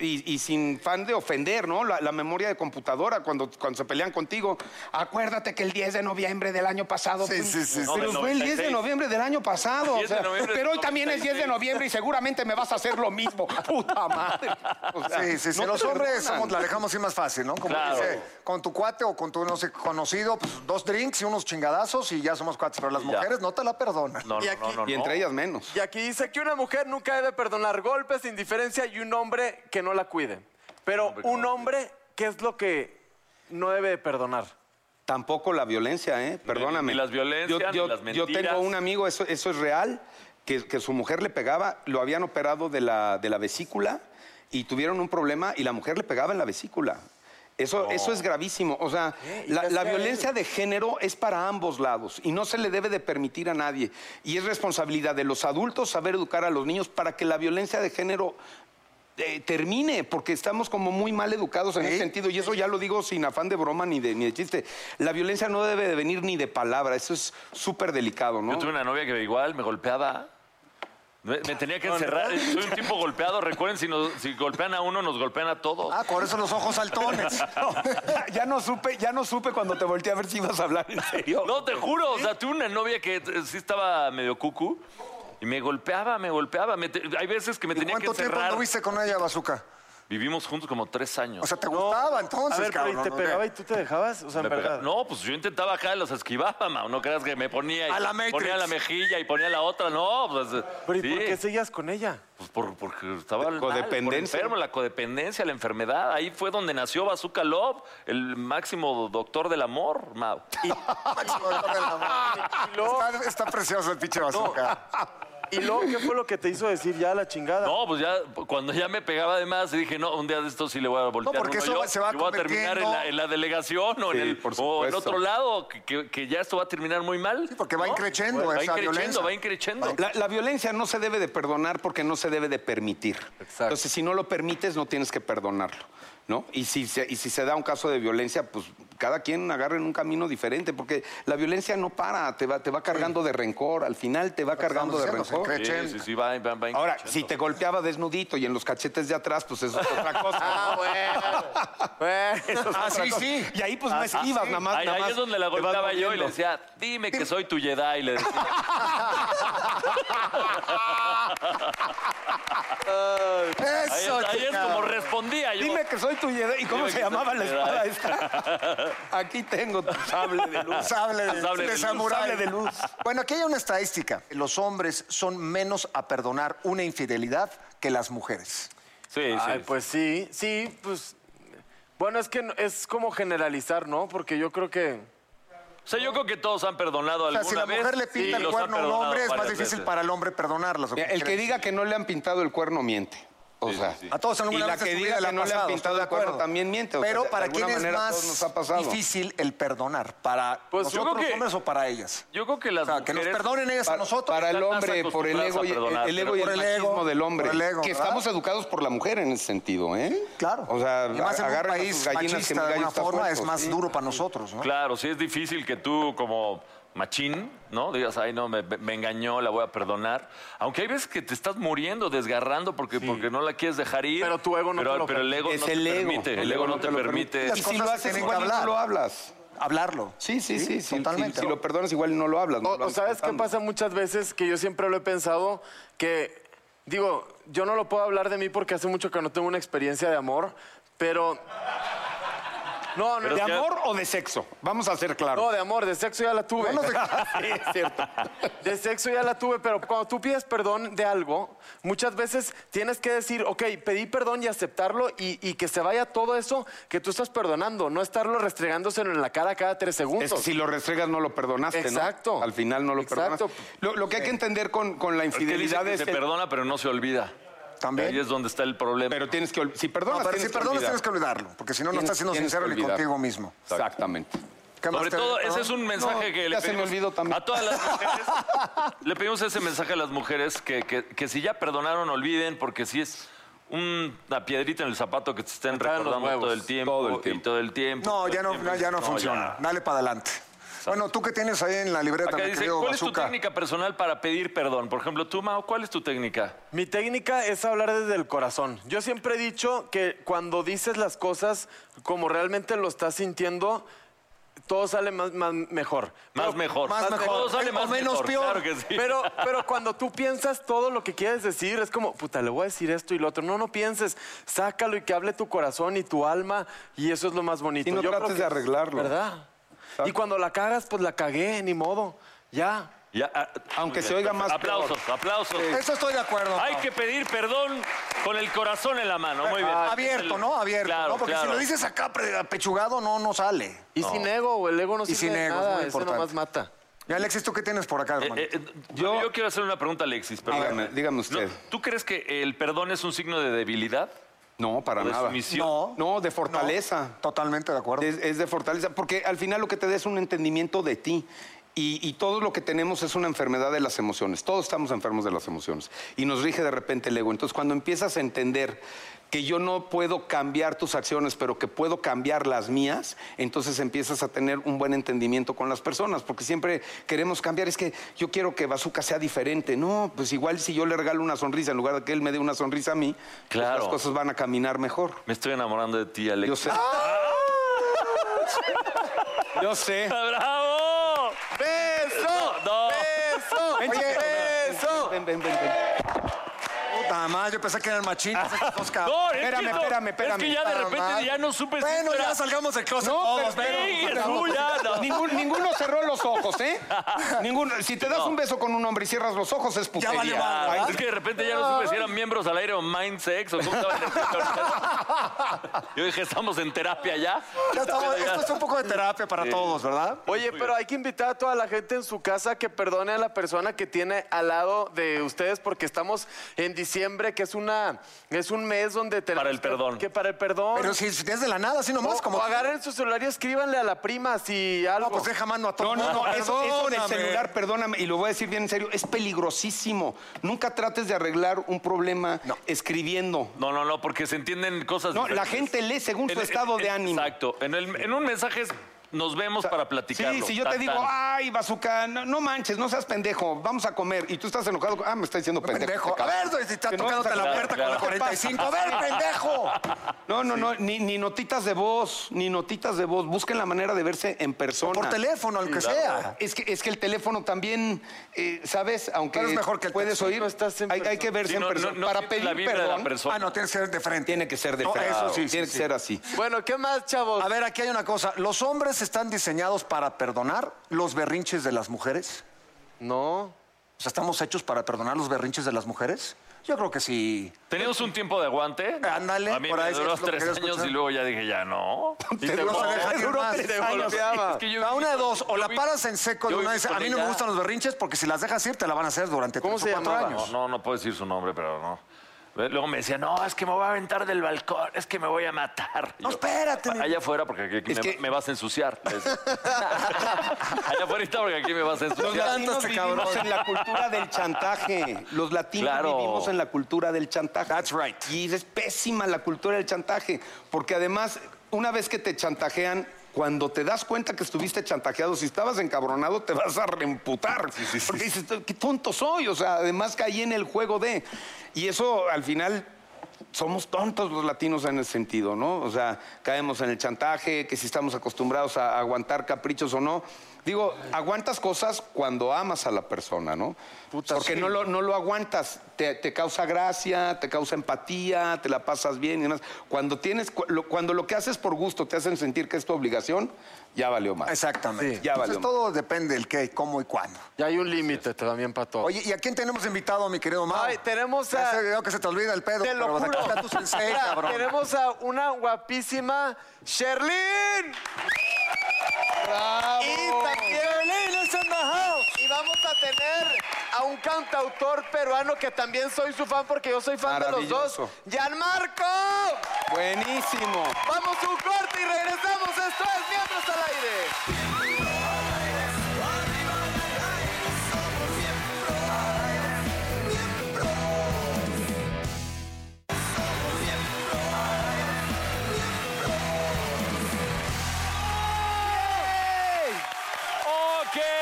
Speaker 5: Y, y sin fan de ofender, ¿no? La, la memoria de computadora, cuando, cuando se pelean contigo. Acuérdate que el 10 de noviembre del año pasado.
Speaker 3: Sí,
Speaker 5: fue-
Speaker 3: sí, sí,
Speaker 4: No,
Speaker 5: pero
Speaker 4: del
Speaker 5: fue el 10 de
Speaker 4: 96.
Speaker 5: noviembre del año pasado. o
Speaker 4: 10 de
Speaker 5: sea,
Speaker 4: noviembre del
Speaker 5: pero hoy también es 10
Speaker 4: 96.
Speaker 5: de noviembre y seguramente me vas a hacer lo mismo. Puta madre. O sea,
Speaker 3: Sí, sí, sí.
Speaker 5: no
Speaker 3: los
Speaker 5: te
Speaker 3: hombres
Speaker 5: perdonan.
Speaker 3: somos- la dejamos ir más fácil, ¿no? Como
Speaker 4: Claro.
Speaker 3: dice, con tu cuate o con tu no sé, conocido, pues dos drinks y unos chingadazos y ya somos cuates. Pero las
Speaker 4: Ya.
Speaker 3: mujeres no te la perdonan.
Speaker 4: No,
Speaker 1: Y
Speaker 4: no,
Speaker 1: aquí-
Speaker 4: no, no,
Speaker 5: Y
Speaker 4: no.
Speaker 5: entre ellas menos.
Speaker 1: Y aquí dice que una mujer nunca debe perdonar golpes, indiferencia y un hombre que no la cuide. Pero un hombre, ¿qué es lo que no debe de perdonar?
Speaker 5: Tampoco la violencia, ¿eh? Perdóname.
Speaker 4: ni las violencias,
Speaker 5: Yo- yo,
Speaker 4: ni las
Speaker 5: yo
Speaker 4: mentiras.
Speaker 5: tengo un amigo, eso, eso es real, que, que su mujer le pegaba, lo habían operado de la, de la vesícula y tuvieron un problema y la mujer le pegaba en la vesícula. Eso, eso es gravísimo. O sea, la, la violencia de género es para ambos lados y no se le debe de permitir a nadie. Y es responsabilidad de los adultos saber educar a los niños para que la violencia de género eh, termine, porque estamos como muy mal educados en ese sentido, y eso ya lo digo sin afán de broma ni de, ni de chiste. La violencia no debe de venir ni de palabra, eso es súper delicado, ¿no?
Speaker 4: Yo tuve una novia que igual me golpeaba. Me, me tenía que encerrar. Soy un tipo golpeado. Recuerden, si, nos- si golpean a uno, nos golpean a todos.
Speaker 3: Ah, por eso los ojos saltones.
Speaker 5: ya no supe, ya no supe cuando te volteé a ver si ibas a hablar en serio.
Speaker 4: No, te juro. O sea, tuve una novia que eh, sí estaba medio cucu. Y me golpeaba, me golpeaba. Me te- Hay veces que me
Speaker 3: ¿Y
Speaker 4: tenía que
Speaker 3: cuánto tiempo
Speaker 4: encerrar.
Speaker 3: anduviste con ella, Bazooka?
Speaker 4: Vivimos juntos como tres años.
Speaker 3: O sea, ¿te gustaba entonces,
Speaker 1: a ver, pero ¿y
Speaker 3: cabrón?
Speaker 1: te
Speaker 3: ¿o qué?
Speaker 1: pegaba y tú te dejabas? O sea, en
Speaker 4: Me pega-
Speaker 1: verdad.
Speaker 4: No, pues yo intentaba acá y los esquivaba, ma. No creas que me ponía y
Speaker 3: A la Matrix.
Speaker 4: ponía la mejilla y ponía la otra. No, pues.
Speaker 1: ¿Pero y
Speaker 4: sí.
Speaker 1: por qué seguías con ella?
Speaker 4: Pues por- porque estaba mal, por
Speaker 5: Codependencia.
Speaker 4: enfermo, la codependencia, la enfermedad. Ahí fue donde nació Bazooka Love, el máximo doctor del amor, Mau.
Speaker 3: Máximo de todo el amor. Está, está precioso el pinche Bazooka.
Speaker 1: ¿Y luego qué fue lo que te hizo decir ya la chingada?
Speaker 4: No, pues ya, cuando ya me pegaba de más, dije, no, un día de esto sí le voy a voltear.
Speaker 3: No, porque
Speaker 4: uno
Speaker 3: eso
Speaker 4: yo,
Speaker 3: va- se va
Speaker 4: y voy a terminar en la,
Speaker 3: convirtiendo-
Speaker 4: en la delegación o, en
Speaker 5: Sí,
Speaker 4: el,
Speaker 5: por
Speaker 4: o en
Speaker 5: supuesto.
Speaker 4: otro lado, que, que- que ya esto va a terminar muy mal. Sí,
Speaker 3: porque va increciendo
Speaker 4: Va
Speaker 3: esa
Speaker 4: increciendo,
Speaker 3: violencia.
Speaker 4: va increciendo.
Speaker 5: La, la violencia no se debe de perdonar porque no se debe de permitir. Entonces, si no lo permites, no tienes que perdonarlo, ¿no? Y si, se, y si se da un caso de violencia, pues cada quien agarre en un camino diferente, porque la violencia no para, te va, te va cargando de rencor, al final te va cargando de
Speaker 3: diciendo, se
Speaker 5: rencor.
Speaker 3: cree.
Speaker 4: Sí, sí, sí, va, va- va
Speaker 5: Ahora,
Speaker 4: increciendo.
Speaker 5: si te golpeaba desnudito y en los cachetes de atrás, pues eso es otra cosa. Ah,
Speaker 3: Así sí.
Speaker 5: Y ahí pues no esquivas, nada más.
Speaker 4: Ahí,
Speaker 5: nada
Speaker 4: ahí
Speaker 5: más
Speaker 4: es donde la
Speaker 5: te vas
Speaker 4: golpeaba yo y
Speaker 5: moviendo.
Speaker 4: le decía, dime que soy tu Jedi. Y le decía, ahí,
Speaker 3: Eso,
Speaker 4: ahí es
Speaker 3: chica.
Speaker 4: como respondía yo.
Speaker 5: Dime que soy tu Jedi. ¿Y cómo
Speaker 4: Dime
Speaker 5: se
Speaker 4: que soy
Speaker 5: llamaba
Speaker 4: tu
Speaker 5: la
Speaker 4: Jedi.
Speaker 5: espada esta? Aquí tengo tu sable de luz.
Speaker 3: Sable de,
Speaker 4: Ah, Sable
Speaker 3: de
Speaker 4: de luz.
Speaker 3: samurái.
Speaker 5: Sable de luz.
Speaker 3: Bueno, aquí hay una estadística. Los hombres son menos a perdonar una infidelidad que las mujeres.
Speaker 4: Sí, sí.
Speaker 1: Ay, pues sí, sí, pues. Bueno, es que no- es como generalizar, ¿no? Porque yo creo que.
Speaker 4: O sea, yo creo que todos han perdonado
Speaker 3: O sea,
Speaker 4: alguna
Speaker 3: si la
Speaker 4: vez.
Speaker 3: mujer le
Speaker 4: Sí,
Speaker 3: pinta el
Speaker 4: los han
Speaker 3: cuerno a un
Speaker 4: perdonado
Speaker 3: hombre, es más
Speaker 4: varias
Speaker 3: difícil
Speaker 4: veces.
Speaker 3: para el hombre perdonarlas. ¿o
Speaker 5: Mira,
Speaker 3: qué
Speaker 5: el que
Speaker 3: crees?
Speaker 5: diga que no le han pintado el cuerno miente. O sea,
Speaker 3: A todos en
Speaker 5: y
Speaker 3: alguna
Speaker 5: la
Speaker 3: vez en
Speaker 5: que
Speaker 3: su
Speaker 5: diga
Speaker 3: vida
Speaker 5: que no le han
Speaker 3: pasado,
Speaker 5: pintado
Speaker 3: estoy
Speaker 5: el cuerno también miente. o sea,
Speaker 3: Pero
Speaker 5: de
Speaker 3: para
Speaker 5: alguna
Speaker 3: quién es
Speaker 5: manera a todos nos
Speaker 3: más
Speaker 5: ha pasado.
Speaker 3: difícil el perdonar, para
Speaker 4: Pues yo creo
Speaker 3: nosotros los
Speaker 4: que-
Speaker 3: hombres o para ellas.
Speaker 4: Yo creo que las
Speaker 3: O sea, que nos
Speaker 4: mujeres-
Speaker 3: perdonen ellas
Speaker 5: Pa-
Speaker 3: a nosotros.
Speaker 5: Para el
Speaker 4: Están más
Speaker 5: hombre, por el
Speaker 4: acostumbradas
Speaker 5: ego
Speaker 4: a
Speaker 5: y
Speaker 4: perdonar,
Speaker 5: el, ego y
Speaker 3: pero
Speaker 5: el
Speaker 3: por el ego,
Speaker 5: machismo del hombre.
Speaker 3: por el ego,
Speaker 5: que
Speaker 3: ¿verdad?
Speaker 5: estamos educados por la mujer en ese sentido, ¿eh?
Speaker 3: Claro.
Speaker 5: O sea,
Speaker 3: y más en un
Speaker 5: agarren a
Speaker 3: país
Speaker 5: sus gallinas que
Speaker 3: machista
Speaker 5: mi
Speaker 3: de
Speaker 5: gallo
Speaker 3: alguna
Speaker 5: está
Speaker 3: forma es
Speaker 5: suelto,
Speaker 3: más
Speaker 5: sí.
Speaker 3: duro para nosotros, ¿no?
Speaker 4: Claro, sí es difícil que tú como machín, ¿no? Digas, ay, no, me, me engañó, la voy a perdonar. Aunque hay veces que te estás muriendo, desgarrando porque, porque no la quieres dejar ir.
Speaker 1: Pero tu ego no
Speaker 4: pero,
Speaker 1: te lo
Speaker 4: pero el ego
Speaker 5: Es
Speaker 4: no te
Speaker 5: el ego.
Speaker 4: permite. El, ego no te,
Speaker 5: lo
Speaker 4: permite.
Speaker 3: Las
Speaker 5: Y si
Speaker 3: cosas
Speaker 5: lo
Speaker 3: que
Speaker 5: haces
Speaker 3: tienen que
Speaker 5: igual y no
Speaker 3: hablar.
Speaker 5: lo hablas.
Speaker 3: Hablarlo.
Speaker 5: Sí, sí, sí. sí,
Speaker 3: totalmente.
Speaker 5: Si, si lo perdonas igual y no lo hablas. no
Speaker 1: O,
Speaker 5: lo
Speaker 1: o
Speaker 5: andas
Speaker 1: sabes qué
Speaker 5: contando.
Speaker 1: pasa muchas veces que yo siempre lo he pensado que digo, yo no lo puedo hablar de mí porque hace mucho que no tengo una experiencia de amor, pero no, no,
Speaker 5: ¿De
Speaker 1: no,
Speaker 5: amor o de sexo? Vamos a ser claros.
Speaker 1: no, de amor, de sexo ya la tuve.
Speaker 5: Sí, es cierto.
Speaker 1: De sexo ya la tuve, pero cuando tú pides perdón de algo, muchas veces tienes que decir, ok, pedí perdón y aceptarlo y, y que se vaya todo eso que tú estás perdonando, no estarlo restregándoselo en la cara cada tres segundos.
Speaker 5: Es que si lo restregas no lo perdonaste, ¿no?
Speaker 1: Exacto.
Speaker 5: Al final no lo
Speaker 1: Exacto.
Speaker 5: perdonaste. Lo, lo que hay que entender con, con la
Speaker 4: Es que dice
Speaker 5: infidelidad
Speaker 4: que
Speaker 5: es...
Speaker 4: se
Speaker 5: el-
Speaker 4: perdona, pero no se olvida. Ahí
Speaker 3: También.
Speaker 4: es donde está el problema.
Speaker 5: Pero tienes que... ol- Si
Speaker 3: No,
Speaker 5: perdonas,
Speaker 3: pero si
Speaker 5: tienes que
Speaker 3: perdonas
Speaker 5: olvidar.
Speaker 3: tienes que olvidarlo, porque si no, no
Speaker 5: Tienes-
Speaker 3: estás siendo
Speaker 5: tienes que
Speaker 3: sincero ni
Speaker 5: olvidar.
Speaker 3: contigo mismo.
Speaker 5: Exactamente.
Speaker 3: ¿Qué más
Speaker 4: Sobre
Speaker 3: te-
Speaker 4: todo, ese
Speaker 3: perdón?
Speaker 4: es un mensaje
Speaker 5: No,
Speaker 4: que le
Speaker 5: ya se me
Speaker 4: pedimos
Speaker 5: olvidó también.
Speaker 4: a todas las mujeres. le pedimos ese mensaje a las mujeres que, que- que si ya perdonaron, olviden, porque si es un- una piedrita en el zapato que te
Speaker 1: caen
Speaker 4: estén
Speaker 1: los
Speaker 4: recordando
Speaker 1: huevos.
Speaker 4: todo el tiempo.
Speaker 5: Todo el
Speaker 4: y
Speaker 5: tiempo.
Speaker 4: todo el tiempo, todo
Speaker 3: No,
Speaker 4: el
Speaker 3: ya no,
Speaker 4: tiempo.
Speaker 3: no, ya no,
Speaker 4: No,
Speaker 3: funciona. Dale para adelante. Bueno, tú que tienes ahí en la libreta,
Speaker 4: Acá
Speaker 3: mi
Speaker 4: dice,
Speaker 3: querido
Speaker 4: ¿cuál es tu
Speaker 3: Bazooka.
Speaker 4: técnica personal para pedir perdón? Por ejemplo, tú, Mao, ¿cuál es tu técnica?
Speaker 1: Mi técnica es hablar desde el corazón. Yo siempre he dicho que cuando dices las cosas como realmente lo estás sintiendo, todo sale más, más- mejor.
Speaker 4: Más
Speaker 1: Pero-
Speaker 4: mejor.
Speaker 3: más mejor. Eh,
Speaker 4: Todo sale
Speaker 3: O
Speaker 4: más
Speaker 3: menos
Speaker 4: mejor,
Speaker 3: peor.
Speaker 4: Claro que sí.
Speaker 1: Pero, pero cuando tú piensas todo lo que quieres decir, es como, puta, le voy a decir esto y lo otro. No, no pienses, sácalo y que hable tu corazón y tu alma y eso es lo más bonito.
Speaker 5: Y no
Speaker 1: Yo creo
Speaker 5: trates
Speaker 1: que-
Speaker 5: de arreglarlo.
Speaker 1: ¿Verdad?
Speaker 5: Exacto.
Speaker 1: Y cuando la cagas, pues la cagué, ni modo. Ya.
Speaker 4: Ya, ah,
Speaker 5: Aunque se oiga más
Speaker 4: Aplausos, aplausos.
Speaker 3: Eso estoy de acuerdo.
Speaker 4: Hay
Speaker 3: Pau.
Speaker 4: que pedir perdón con el corazón en la mano. Muy bien.
Speaker 3: Abierto, ¿no? Abierto.
Speaker 4: Claro,
Speaker 3: ¿no? Porque
Speaker 4: claro.
Speaker 3: si lo dices acá pre- apechugado, no, no sale.
Speaker 1: Y sin ego, el ego no
Speaker 3: Y
Speaker 1: sirve
Speaker 3: sin
Speaker 1: de
Speaker 3: ego, es
Speaker 1: nada,
Speaker 3: muy
Speaker 1: ese nomás
Speaker 3: importante.
Speaker 1: mata.
Speaker 3: Y Alexis, ¿tú qué tienes por acá, hermano?
Speaker 4: Eh, eh, yo, yo quiero hacer una pregunta, Alexis. Pero
Speaker 5: Dígame, dígame usted.
Speaker 4: ¿Tú crees que el perdón es un signo de debilidad?
Speaker 5: No, para
Speaker 4: ¿O de
Speaker 5: nada.
Speaker 4: sumisión?
Speaker 5: No, de fortaleza.
Speaker 3: Totalmente de acuerdo.
Speaker 5: Es, es de fortaleza, porque al final lo que te da es un entendimiento de ti. Y, y todo lo que tenemos es una enfermedad de las emociones. Todos estamos enfermos de las emociones. Y nos rige de repente el ego. Entonces, cuando empiezas a entender que yo no puedo cambiar tus acciones, pero que puedo cambiar las mías, entonces empiezas a tener un buen entendimiento con las personas, porque siempre queremos cambiar. Es que yo quiero que Bazooka sea diferente. No, pues igual si yo le regalo una sonrisa en lugar de que él me dé una sonrisa a mí, pues
Speaker 4: Claro.
Speaker 5: las cosas van a caminar mejor.
Speaker 4: Me estoy enamorando de ti, Alexis.
Speaker 5: Yo sé. Yo sé.
Speaker 4: Ah, ¡Bravo! ¡Beso! No,
Speaker 3: ¡Eso! ¡Oye, eso!
Speaker 5: Ven, ven, ven, ven.
Speaker 3: Puta madre, yo pensé que eran machinas estos dos
Speaker 4: no.
Speaker 3: cabros.
Speaker 4: no, es
Speaker 5: Espérame,
Speaker 4: que no,
Speaker 5: espérame, espérame.
Speaker 4: Es que ya de
Speaker 3: Está
Speaker 4: repente
Speaker 3: mal.
Speaker 4: ya no supe
Speaker 3: Bueno,
Speaker 4: si
Speaker 3: ya
Speaker 4: era-
Speaker 3: salgos del closet
Speaker 5: Pues No,
Speaker 3: todos,
Speaker 5: pero-
Speaker 4: Sí,
Speaker 3: pero...
Speaker 4: Jesús, ya, no.
Speaker 5: Ningún- ninguno cerró los ojos, ¿eh? Ninguno. Si te das un beso con un hombre y cierras los ojos, es
Speaker 3: Ya
Speaker 5: putería.
Speaker 3: vale, va,
Speaker 5: Ay,
Speaker 3: ¿verdad?
Speaker 4: Ah, Es que de repente ya no supe si eran miembros al aire o mind sex o cómo estaba el efecto ahorita. Yo dije, estamos en terapia ya.
Speaker 3: Ya estamos- esto es un poco de terapia para todos, ¿verdad?
Speaker 1: Oye, pero hay que invitar a toda la gente en su casa que perdone a la persona que tiene al lado de ustedes porque estamos en diciembre, que es una es un mes donde tenemos
Speaker 4: Para el
Speaker 1: que-
Speaker 4: perdón.
Speaker 1: Que, para el perdón.
Speaker 3: Pero si si es de la nada, así nomás,
Speaker 1: o,
Speaker 3: como...
Speaker 1: o agarren su celular y escríbanle a la prima si algo.
Speaker 3: No, pues deja mano a todo
Speaker 5: No, no, no,
Speaker 3: mundo,
Speaker 5: eso, eso del
Speaker 3: perdóname.
Speaker 5: celular, perdóname, y lo voy a decir bien en serio, es peligrosísimo. Nunca trates de arreglar un problema escribiendo.
Speaker 4: No, no, no, porque se entienden cosas
Speaker 5: No, la
Speaker 4: diferentes.
Speaker 5: gente lee según
Speaker 4: En-
Speaker 5: su
Speaker 4: en-
Speaker 5: estado de
Speaker 4: en-
Speaker 5: ánimo.
Speaker 4: Exacto. En, el- en un mensaje es, nos vemos para platicarlo.
Speaker 5: Sí, si yo te
Speaker 4: Tan,
Speaker 5: digo, ah,
Speaker 4: tan.
Speaker 5: ay, bazooka, no, no manches, no seas pendejo, vamos a comer. Y tú estás enojado, ah, me está diciendo pendejo.
Speaker 3: Pendejo. A
Speaker 5: este cabrón.
Speaker 3: ver, si está
Speaker 5: Que no
Speaker 3: tocándote
Speaker 5: vas a-
Speaker 3: la puerta con la
Speaker 5: Claro.
Speaker 3: 45. A ver, pendejo.
Speaker 5: No, no, no, ni, ni notitas de voz, ni notitas de voz. Busquen la manera de verse en persona.
Speaker 3: Por teléfono, aunque sea.
Speaker 5: Es que, es que el teléfono también, eh, ¿sabes? Aunque
Speaker 3: Pero es mejor que el
Speaker 5: puedes
Speaker 3: texto.
Speaker 5: oír,
Speaker 1: No estás en
Speaker 5: hay, hay que verse
Speaker 4: Sí, no,
Speaker 5: en persona.
Speaker 4: no, no
Speaker 5: Para
Speaker 4: sientes
Speaker 5: pedir
Speaker 4: la vibra de la
Speaker 5: perdón,
Speaker 4: persona.
Speaker 3: Ah, no, tiene que ser de frente.
Speaker 5: tiene que ser de
Speaker 3: No,
Speaker 5: frente.
Speaker 3: eso sí, sí,
Speaker 5: Tiene que
Speaker 3: sí.
Speaker 5: ser así.
Speaker 1: Bueno, ¿qué más, chavos?
Speaker 3: A ver, aquí hay una cosa. ¿Los hombres están diseñados para perdonar los berrinches de las mujeres?
Speaker 1: No.
Speaker 3: O sea, ¿estamos hechos para perdonar los berrinches de las mujeres? Yo creo que sí.
Speaker 4: Teníamos un tiempo de aguante.
Speaker 3: Ándale,
Speaker 4: A mí
Speaker 3: por
Speaker 4: me
Speaker 3: ahí
Speaker 4: duró
Speaker 3: es lo que
Speaker 4: tres
Speaker 3: quería
Speaker 4: años
Speaker 3: escuchar.
Speaker 4: y luego ya dije, ya no.
Speaker 3: Y te no se deja ir más.
Speaker 1: te golpeaba.
Speaker 4: Es que yo
Speaker 3: A
Speaker 4: viví
Speaker 3: una de
Speaker 4: con-
Speaker 3: dos, o
Speaker 4: yo
Speaker 3: la
Speaker 4: vi-
Speaker 3: paras en seco de
Speaker 4: yo
Speaker 3: una
Speaker 4: viví
Speaker 3: vez. A
Speaker 4: con
Speaker 3: mí no me
Speaker 4: ella.
Speaker 3: gustan los berrinches porque si las dejas ir te la van a hacer durante
Speaker 1: ¿Cómo
Speaker 3: tres o
Speaker 1: se
Speaker 3: cuatro
Speaker 1: llamaba?
Speaker 3: años.
Speaker 4: No, no, no puedo decir su nombre, pero no. Luego me decía, no, es que me voy a aventar del balcón, es que me voy a matar.
Speaker 3: No, espérate.
Speaker 4: Allá afuera porque aquí
Speaker 5: Es
Speaker 4: me,
Speaker 5: que-
Speaker 4: me vas a ensuciar. Les- Allá afuera porque aquí me vas a
Speaker 5: Los
Speaker 4: ensuciar.
Speaker 5: latinos vivimos en la cultura del chantaje. Los latinos
Speaker 4: Claro.
Speaker 5: vivimos en la cultura del chantaje.
Speaker 3: That's right.
Speaker 5: Y es pésima la cultura del chantaje, porque además, una vez que te chantajean, cuando te das cuenta que estuviste chantajeado, si estabas encabronado, te vas a reemputar. porque dices, qué tonto soy. O sea, además caí en el juego de. Y eso al final somos tontos los latinos en ese sentido, ¿no? O sea, caemos en el chantaje, que si estamos acostumbrados a aguantar caprichos o no. Digo, aguantas cosas cuando amas a la persona, ¿no? Porque no, lo, no lo aguantas, te, te causa gracia, te causa empatía, te la pasas bien y demás. Cuando, tienes, cu- lo- cuando lo que haces por gusto te hacen sentir que es tu obligación, ya valió más.
Speaker 3: Exactamente.
Speaker 5: Ya
Speaker 3: Entonces,
Speaker 5: valió.
Speaker 3: todo depende del qué, cómo y cuándo.
Speaker 1: Ya hay un límite también para todo.
Speaker 3: Oye, ¿y a quién tenemos invitado, mi querido Mau?
Speaker 1: Ay, tenemos
Speaker 3: Ya
Speaker 1: a-
Speaker 3: sé, veo que se te olvida el pedo,
Speaker 1: Te lo
Speaker 3: pero pues,
Speaker 1: juro.
Speaker 3: acá está tu sensei,
Speaker 1: Mira,
Speaker 3: cabrón.
Speaker 1: Tenemos a una guapísima Sherlyn. Y también Y vamos a tener a un cantautor peruano que también soy su fan porque yo soy fan de los dos.
Speaker 5: Maravilloso.
Speaker 1: ¡Gianmarco!
Speaker 5: Buenísimo.
Speaker 1: Vamos a un corte y regresamos. Esto es Miembros al Aire.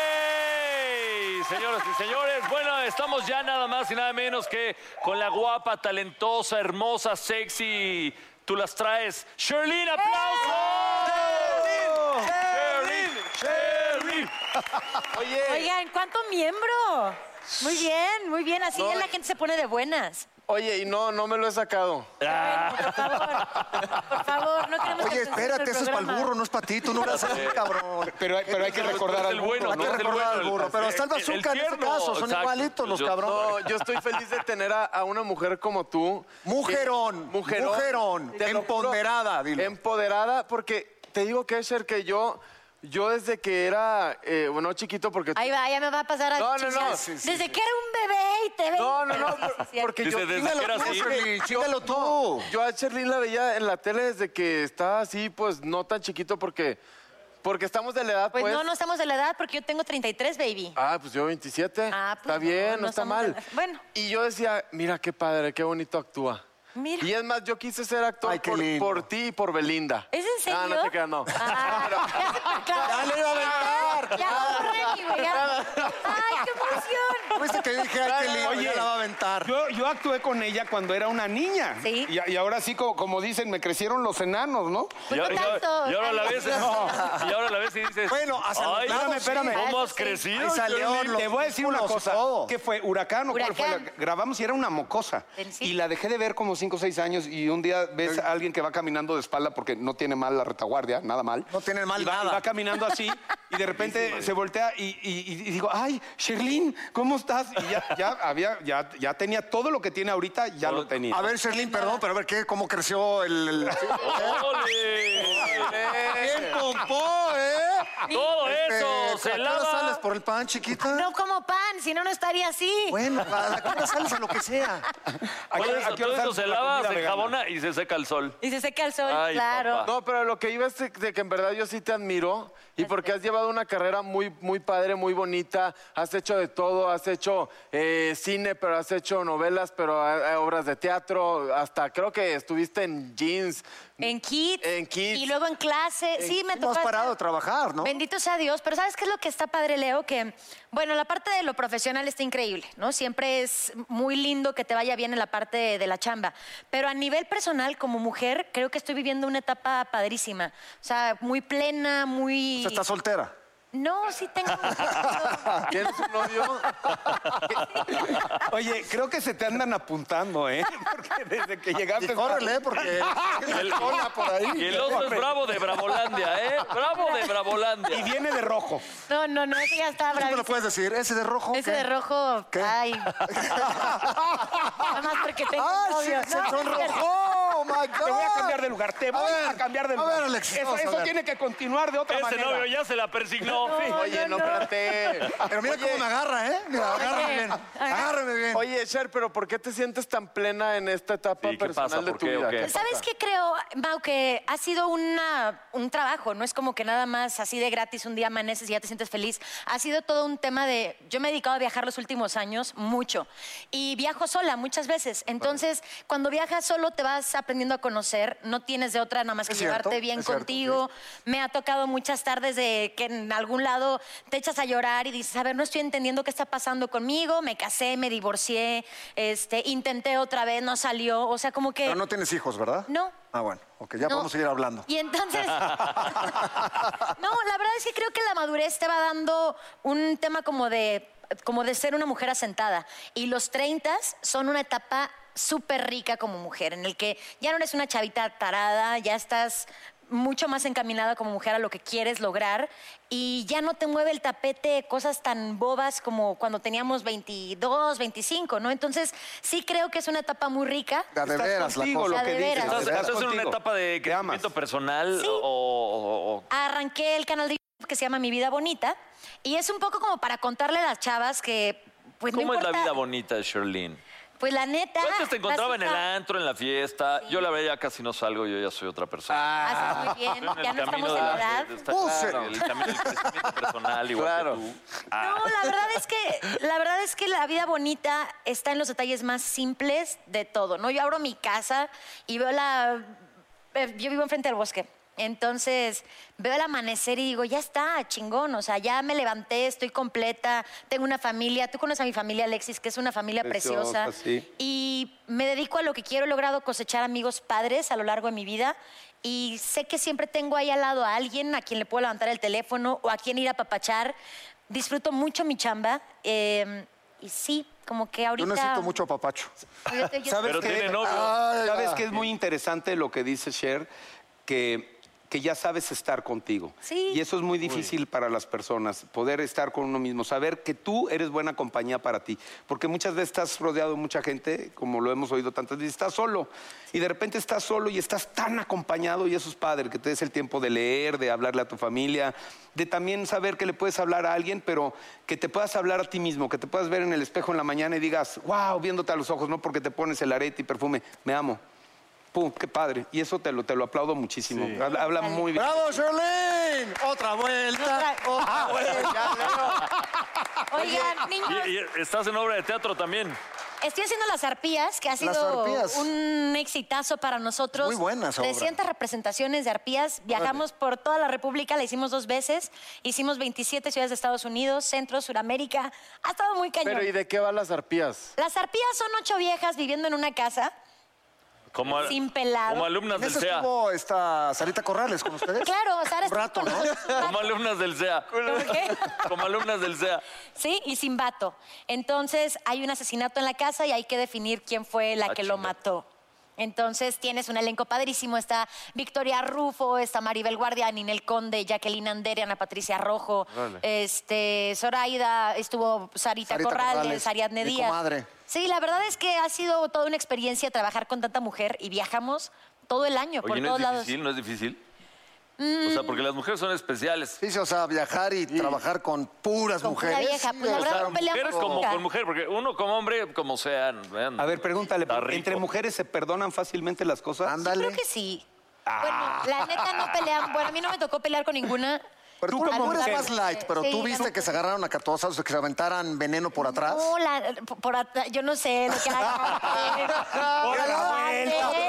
Speaker 4: Ok, señoras y señores, bueno, estamos ya nada más y nada menos que con la guapa, talentosa, hermosa, sexy, tú las traes, Sherlyn, aplauso. Sherlyn, Sherlyn,
Speaker 1: Oye,
Speaker 6: Oigan, ¿cuánto miembro? Muy bien, muy bien. Así
Speaker 1: No,
Speaker 6: ya la
Speaker 1: y-
Speaker 6: gente se pone de buenas.
Speaker 1: oye, y no, no me lo he sacado. Ah.
Speaker 6: Por favor, por favor, no queremos que
Speaker 3: Oye,
Speaker 6: nos censure
Speaker 3: espérate,
Speaker 6: el
Speaker 3: eso es para el
Speaker 6: programa.
Speaker 3: burro, no es para ti, tú no eres así, cabrón.
Speaker 5: Pero, pero hay que recordar
Speaker 4: es
Speaker 5: al
Speaker 4: el
Speaker 5: burro,
Speaker 4: bueno,
Speaker 3: Hay
Speaker 4: ¿no?
Speaker 3: que
Speaker 4: Es el
Speaker 3: recordar
Speaker 4: bueno,
Speaker 3: al
Speaker 4: el-
Speaker 3: burro, pero está el
Speaker 4: el- el
Speaker 3: bazooka en este
Speaker 4: tierno,
Speaker 3: caso, son
Speaker 4: exacto.
Speaker 3: igualitos los
Speaker 4: Yo-
Speaker 3: cabrones.
Speaker 1: No, yo estoy feliz de tener a, a una mujer como tú. que-
Speaker 3: Mujerón,
Speaker 1: mujerón.
Speaker 3: mujerón,
Speaker 1: Te lo juro, Em-
Speaker 3: empoderada, dilo.
Speaker 1: Empoderada, porque te digo, Kesher, que yo, yo desde que era, eh, bueno, chiquito, porque...
Speaker 6: Ahí va, ya me va a pasar a
Speaker 1: No, no, no, sí, sí,
Speaker 6: Desde que era un bebé y te ve.
Speaker 1: No, no, no,
Speaker 6: Sí,
Speaker 1: por-
Speaker 6: sí, sí.
Speaker 1: porque yo...
Speaker 4: Dice, desde
Speaker 1: dímelo
Speaker 4: que era
Speaker 1: tú,
Speaker 4: así.
Speaker 1: Sherlyn, yo-
Speaker 3: Dímelo tú.
Speaker 1: no, yo a Sherlyn la veía en la tele desde que estaba así, pues, no tan chiquito, porque... Porque estamos de la edad,
Speaker 6: Pues,
Speaker 1: pues...
Speaker 6: no, no estamos de la edad porque yo tengo 33, baby.
Speaker 1: Ah, pues yo 27.
Speaker 6: Ah, pues
Speaker 1: está
Speaker 6: no,
Speaker 1: bien, no,
Speaker 6: no
Speaker 1: está
Speaker 6: estamos
Speaker 1: mal.
Speaker 6: tan- bueno.
Speaker 1: Y yo decía, mira qué padre, qué bonito actúa.
Speaker 6: Mira.
Speaker 1: Y es más, yo quise ser actor
Speaker 3: Ay, qué
Speaker 1: por,
Speaker 3: lindo.
Speaker 1: por ti y por Belinda. Ah,
Speaker 6: ¿Es en serio?
Speaker 1: No, no te creas, no.
Speaker 6: Ah, ya se me aclaró.
Speaker 3: Ya le iba a aventar.
Speaker 6: Ya no, Remy, güey, ya. ¡Ay, qué emoción!
Speaker 3: ¿Viste que dije, ay, qué lindo,
Speaker 5: Oye.
Speaker 3: ya la va a aventar?
Speaker 5: Yo, yo actué con ella cuando era una niña.
Speaker 6: Sí.
Speaker 5: Y, a- y ahora sí, como, como dicen, me crecieron los enanos, ¿no?
Speaker 6: Pues
Speaker 4: y,
Speaker 6: no
Speaker 4: ahora- y ahora-
Speaker 6: tanto.
Speaker 4: y ahora la ves,
Speaker 6: No.
Speaker 4: y ahora la ves y dices,
Speaker 3: Bueno, hacia los
Speaker 4: ay,
Speaker 3: lados,
Speaker 5: espérame,
Speaker 6: sí.
Speaker 4: ¿cómo
Speaker 6: Ah,
Speaker 4: has
Speaker 6: eso sí.
Speaker 4: crecido?
Speaker 3: Ahí salió
Speaker 4: Sherlyn?
Speaker 3: los
Speaker 5: Te voy a decir una
Speaker 3: músculos,
Speaker 5: cosa.
Speaker 3: todo.
Speaker 5: ¿Qué fue? ¿Huracán o cuál fue?
Speaker 6: Huracán.
Speaker 5: La- grabamos y era una mocosa.
Speaker 6: ¿En sí?
Speaker 5: Y la dejé de ver como 5 o 6 años y un día ves a alguien que va caminando de espalda porque no tiene mal la retaguardia, nada mal.
Speaker 3: No tiene mal
Speaker 5: Y va,
Speaker 3: nada.
Speaker 5: Y va caminando así y de repente se voltea y, y- y- y digo, ay, Sherlyn, ¿cómo estás? Y ya, ya había, ya, ya tenía todo lo que tiene ahorita, ya lo tenía.
Speaker 3: A ver, Sherlyn, perdón, pero a ver, ¿qué, ¿cómo creció el...? el-
Speaker 4: ¡Ole!
Speaker 3: Bien compó, ¿eh?
Speaker 4: Todo
Speaker 3: Eh,
Speaker 4: eso
Speaker 3: ¿a
Speaker 4: se
Speaker 3: qué hora sales
Speaker 4: lava.
Speaker 3: por el pan, chiquita?
Speaker 6: No pues. como pan, si no, no estaría así.
Speaker 3: Bueno, ¿a a qué hora sales a lo que sea?
Speaker 5: ¿A qué-
Speaker 4: Todo
Speaker 5: a
Speaker 4: eso,
Speaker 5: qué hora
Speaker 4: todo eso
Speaker 5: sales
Speaker 4: se
Speaker 5: con la
Speaker 4: lava,
Speaker 5: comida
Speaker 4: se
Speaker 5: vegana?
Speaker 4: jabona y se seca el sol.
Speaker 6: Y se seca el sol,
Speaker 4: Ay,
Speaker 6: claro.
Speaker 4: papá.
Speaker 1: No, pero lo que iba es de, de que en verdad yo sí te admiro y porque has llevado una carrera muy, muy padre, muy bonita, has hecho de todo, has hecho eh, cine, pero has hecho novelas, pero eh, obras de teatro, hasta creo que estuviste en jeans.
Speaker 6: En kids.
Speaker 1: En kids.
Speaker 6: Y luego en clase. sí, me
Speaker 3: No
Speaker 6: tocó.
Speaker 3: has parado de
Speaker 6: hacer-
Speaker 3: trabajar, ¿no?
Speaker 6: Bendito sea Dios, pero ¿sabes qué es lo que está padre, Leo? Que, bueno, la parte de lo profesional está increíble, ¿no? Siempre es muy lindo que te vaya bien en la parte de, de la chamba. Pero a nivel personal, como mujer, creo que estoy viviendo una etapa padrísima. O sea, muy plena, muy...
Speaker 3: O sea, ¿Estás soltera?
Speaker 6: No, sí tengo...
Speaker 1: ¿Tienes un novio?
Speaker 5: Oye, creo que se te andan apuntando, ¿eh? Porque desde que llegaste...
Speaker 3: Y córrele, ¿eh? porque... Hola, por ahí.
Speaker 4: Y el oso es bravo de Bravolandia, ¿eh? Bravo de
Speaker 5: Y
Speaker 4: Bravolandia.
Speaker 5: viene de rojo.
Speaker 6: No, no, no, eso ya está
Speaker 3: ¿Tú me
Speaker 6: bravo.
Speaker 3: lo puedes decir? ¿Ese de rojo?
Speaker 6: Ese
Speaker 3: qué?
Speaker 6: de rojo,
Speaker 3: ¿Qué?
Speaker 6: ay. Nada más porque tengo
Speaker 3: ¡Ay, sí,
Speaker 6: novio.
Speaker 3: se
Speaker 6: No, no es cierto.
Speaker 3: sonrojó! ¡Oh, my God!
Speaker 5: Te voy a cambiar de lugar, te voy
Speaker 3: ver,
Speaker 5: a, cambiar de
Speaker 3: a
Speaker 5: lugar.
Speaker 3: ver, Alex,
Speaker 5: eso
Speaker 3: vamos a
Speaker 5: eso
Speaker 3: ver.
Speaker 5: tiene que continuar de otra
Speaker 4: Ese
Speaker 5: manera.
Speaker 4: novio ya se la persignó.
Speaker 1: Oye, no, espérate.
Speaker 3: Pero mira cómo me agarra, ¿eh? Mira, agárrame bien. Agárrame bien.
Speaker 1: Oye, Oye, Cher, pero ¿por qué te sientes tan plena en esta etapa
Speaker 4: Sí, ¿qué
Speaker 1: personal
Speaker 4: pasa?
Speaker 1: de
Speaker 4: ¿Por
Speaker 1: tu
Speaker 4: qué o
Speaker 1: vida?
Speaker 4: qué?
Speaker 6: ¿Sabes qué creo, Mau? Que ha sido una, un trabajo, no es como que nada más así de gratis un día amaneces y ya te sientes feliz. Ha sido todo un tema de... Yo me he dedicado a viajar los últimos años mucho y viajo sola muchas veces. Entonces, cuando viajas solo te vas aprendiendo a conocer, no tienes de otra nada más que
Speaker 3: Es cierto,
Speaker 6: llevarte bien
Speaker 3: es cierto,
Speaker 6: contigo. Me ha tocado muchas tardes de que en algún lado te echas a llorar y dices, a ver, no estoy entendiendo qué está pasando conmigo, me casé, me divorcié, este, intenté otra vez, no salió. O sea, como que...
Speaker 3: Pero no tienes hijos, ¿verdad?
Speaker 6: No.
Speaker 3: Ah, bueno. Ok, ya
Speaker 6: No.
Speaker 3: podemos seguir hablando.
Speaker 6: Y entonces. no, la verdad es que creo que la madurez te va dando un tema como de, como de ser una mujer asentada. Y los 30 son una etapa súper rica como mujer, en el que ya no eres una chavita tarada, ya estás mucho más encaminada como mujer a lo que quieres lograr y ya no te mueve el tapete cosas tan bobas como cuando teníamos 22, 25, ¿no? Entonces sí creo que es una etapa muy rica.
Speaker 3: La de
Speaker 5: Estás
Speaker 3: veras, la
Speaker 5: contigo,
Speaker 3: cosa.
Speaker 6: La
Speaker 5: lo que
Speaker 6: de
Speaker 5: dices.
Speaker 6: veras.
Speaker 5: la de
Speaker 4: ¿Estás,
Speaker 5: veras
Speaker 4: estás en una
Speaker 5: contigo.
Speaker 4: etapa de
Speaker 5: Te amas.
Speaker 4: crecimiento personal
Speaker 6: Sí.
Speaker 4: o, o- o-
Speaker 6: arranqué el canal de YouTube que se llama Mi Vida Bonita y es un poco como para contarle a las chavas que pues no
Speaker 4: ¿Cómo es la
Speaker 6: importa-
Speaker 4: vida bonita de Sherlyn?
Speaker 6: Pues la neta.
Speaker 4: Yo antes te encontraba en el
Speaker 6: la
Speaker 4: antro, en la fiesta. Yo la verdad ya casi no salgo, yo ya soy otra persona.
Speaker 6: Haces muy bien,
Speaker 4: Yo en el
Speaker 6: Ah. ya no
Speaker 4: camino
Speaker 6: estamos
Speaker 4: de
Speaker 6: en
Speaker 4: la- este.
Speaker 6: edad.
Speaker 4: de- de- está-
Speaker 3: Bullshit.
Speaker 4: claro, el camino del crecimiento personal, igual
Speaker 1: Claro.
Speaker 4: que tú.
Speaker 6: No, la verdad es que la verdad es que la vida bonita está en los detalles más simples de todo, ¿no? Yo abro mi casa y veo la eh, yo vivo enfrente del bosque. Entonces, veo el amanecer y digo, ya está, chingón, o sea, ya me levanté, estoy completa, tengo una familia, tú conoces a mi familia Alexis, que es una familia
Speaker 5: Preciosa,
Speaker 6: preciosa,
Speaker 5: sí.
Speaker 6: y me dedico a lo que quiero, he logrado cosechar amigos padres a lo largo de mi vida y sé que siempre tengo ahí al lado a alguien a quien le puedo levantar el teléfono o a quien ir a papachar. Disfruto mucho mi chamba eh, y sí, como que
Speaker 3: Yo
Speaker 6: ahorita...
Speaker 3: necesito mucho apapacho.
Speaker 6: Yo te- yo-
Speaker 5: ¿Sabes
Speaker 4: Pero
Speaker 5: qué?
Speaker 4: tiene novio.
Speaker 3: Ay,
Speaker 5: ¿Sabes
Speaker 3: ya.
Speaker 5: que es muy interesante lo que dice Cher? Que, que ya sabes estar contigo.
Speaker 6: Sí.
Speaker 5: Y eso es muy difícil para las personas, poder estar con uno mismo, saber que tú eres buena compañía para ti. Porque muchas veces estás rodeado de mucha gente, como lo hemos oído tantas veces, estás solo. Y de repente estás solo y estás tan acompañado y eso es padre, que te des el tiempo de leer, de hablarle a tu familia, de también saber que le puedes hablar a alguien, pero que te puedas hablar a ti mismo, que te puedas ver en el espejo en la mañana y digas, wow, viéndote a los ojos, no porque te pones el arete y perfume, me amo. Pum, qué padre. Y eso te lo, te lo aplaudo muchísimo. Habla, habla muy bien.
Speaker 2: ¡Bravo, Sherlyn! Otra vuelta.
Speaker 6: Otra- Oigan, niños,
Speaker 4: Y- y estás en obra de teatro también.
Speaker 6: estoy haciendo Las Arpías, que ha
Speaker 3: Las
Speaker 6: sido
Speaker 3: Arpías.
Speaker 6: un exitazo para nosotros.
Speaker 3: Muy buena esa obra.
Speaker 6: 300 representaciones de Arpías. Viajamos por toda la República, la hicimos dos veces. Hicimos 27 ciudades de Estados Unidos, Centro, Suramérica. Ha estado muy cañón.
Speaker 1: Pero ¿y de qué van las arpías?
Speaker 6: Las Arpías son ocho viejas viviendo en una casa.
Speaker 4: Como, al-
Speaker 6: Sin pelado.
Speaker 4: como alumnas
Speaker 3: En
Speaker 4: del
Speaker 3: eso
Speaker 4: CEA.
Speaker 3: estuvo esta Sarita Corrales con ustedes.
Speaker 6: Claro, Sara
Speaker 3: Un
Speaker 6: estuvo
Speaker 3: rato,
Speaker 6: con
Speaker 3: ¿no?
Speaker 6: nosotros un rato.
Speaker 4: Como alumnas del CEA.
Speaker 6: ¿Por qué?
Speaker 4: Como alumnas del CEA.
Speaker 6: Sí, y sin vato. Entonces hay un asesinato en la casa y hay que definir quién fue la
Speaker 4: Ah,
Speaker 6: que lo
Speaker 4: chinga.
Speaker 6: mató. Entonces tienes un elenco padrísimo. Está Victoria Rufo, está Maribel Guardia, Ninel Conde, Jacqueline Andere, Ana Patricia Rojo, este, Zoraida, estuvo Sarita,
Speaker 3: Sarita
Speaker 6: Corrales,
Speaker 3: Corrales,
Speaker 6: Ariadne
Speaker 3: mi
Speaker 6: Díaz.
Speaker 3: comadre.
Speaker 6: Sí, la verdad es que ha sido toda una experiencia trabajar con tanta mujer y viajamos todo el año por
Speaker 4: Oye, ¿no es
Speaker 6: todos lados. Mm.
Speaker 4: difícil? ¿No es difícil? O sea, porque las mujeres son especiales.
Speaker 3: Sí, sí, o sea, viajar y trabajar con puras
Speaker 6: Con pura
Speaker 3: mujeres.
Speaker 6: vieja,
Speaker 3: sí,
Speaker 6: pues, la
Speaker 3: debe
Speaker 6: verdad,
Speaker 3: estar
Speaker 6: no peleamos
Speaker 4: Mujeres como con mujer, porque uno como hombre, como sea. vean,
Speaker 5: A ver, pregúntale,
Speaker 4: está rico.
Speaker 5: ¿entre mujeres se perdonan fácilmente las cosas?
Speaker 3: Ándale.
Speaker 6: Creo que sí.
Speaker 4: Ah.
Speaker 6: Bueno, la neta no pelean. Bueno, a mí no me tocó pelear con ninguna.
Speaker 3: Pero tú,
Speaker 6: como
Speaker 3: tú eres
Speaker 6: mujer.
Speaker 3: más light, pero
Speaker 6: Sí,
Speaker 3: tú
Speaker 6: yo
Speaker 3: viste
Speaker 6: no-
Speaker 3: que se agarraron a cartosas, que se aventaran veneno por atrás.
Speaker 6: No, la- por atrás, yo no sé lo que la Por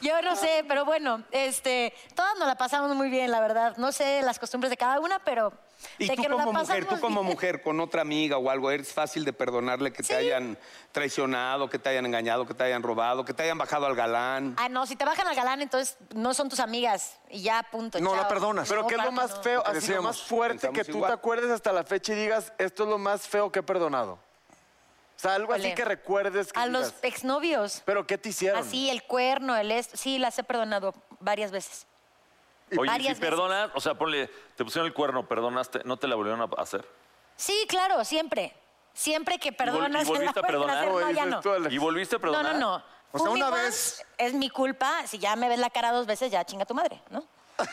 Speaker 6: Yo no sé, pero bueno, este, todas nos la pasamos muy bien, la verdad. No sé las costumbres de cada una, pero
Speaker 5: Y
Speaker 6: de
Speaker 5: tú
Speaker 6: que nos la
Speaker 5: como mujer, tú
Speaker 6: pasamos
Speaker 5: como
Speaker 6: bien.
Speaker 5: mujer, con otra amiga o algo, ¿es fácil de perdonarle que te hayan traicionado, que te hayan engañado, que te hayan robado, que te hayan bajado al galán?
Speaker 6: Ah, no, si te bajan al galán, entonces no son tus amigas y ya, punto.
Speaker 3: No la
Speaker 6: chao.
Speaker 3: perdonas.
Speaker 1: Pero
Speaker 6: No,
Speaker 1: ¿qué es lo
Speaker 6: claro
Speaker 1: más
Speaker 6: no.
Speaker 1: feo,
Speaker 5: Lo que
Speaker 1: así lo
Speaker 5: decíamos,
Speaker 1: más fuerte que
Speaker 5: pensamos
Speaker 1: tú
Speaker 5: igual.
Speaker 1: te acuerdes hasta la fecha y digas, esto es lo más feo que he perdonado? O sea, algo así
Speaker 6: Híjole.
Speaker 1: que recuerdes que
Speaker 6: A los
Speaker 1: digas,
Speaker 6: exnovios.
Speaker 1: ¿Pero qué te hicieron?
Speaker 6: Así, el cuerno, el esto. Sí, las he perdonado varias veces.
Speaker 4: Oye, ¿y si
Speaker 6: Varias veces.
Speaker 4: perdonas, o sea, ponle, te pusieron el cuerno, perdonaste, ¿no te la volvieron a hacer?
Speaker 6: Sí, claro, siempre. Siempre que
Speaker 4: vol-
Speaker 6: perdonas.
Speaker 4: y volviste
Speaker 6: la
Speaker 4: a perdonar?
Speaker 6: vuelven
Speaker 1: Dices
Speaker 6: hacer. No, ya no.
Speaker 1: tú, Alex.
Speaker 4: ¿Y volviste a
Speaker 6: No,
Speaker 4: perdonar?
Speaker 6: no, no.
Speaker 3: O sea,
Speaker 6: Only
Speaker 3: una
Speaker 6: once
Speaker 3: vez-
Speaker 6: Es mi culpa. Si ya me ves la cara dos veces, ya chinga tu madre, ¿no?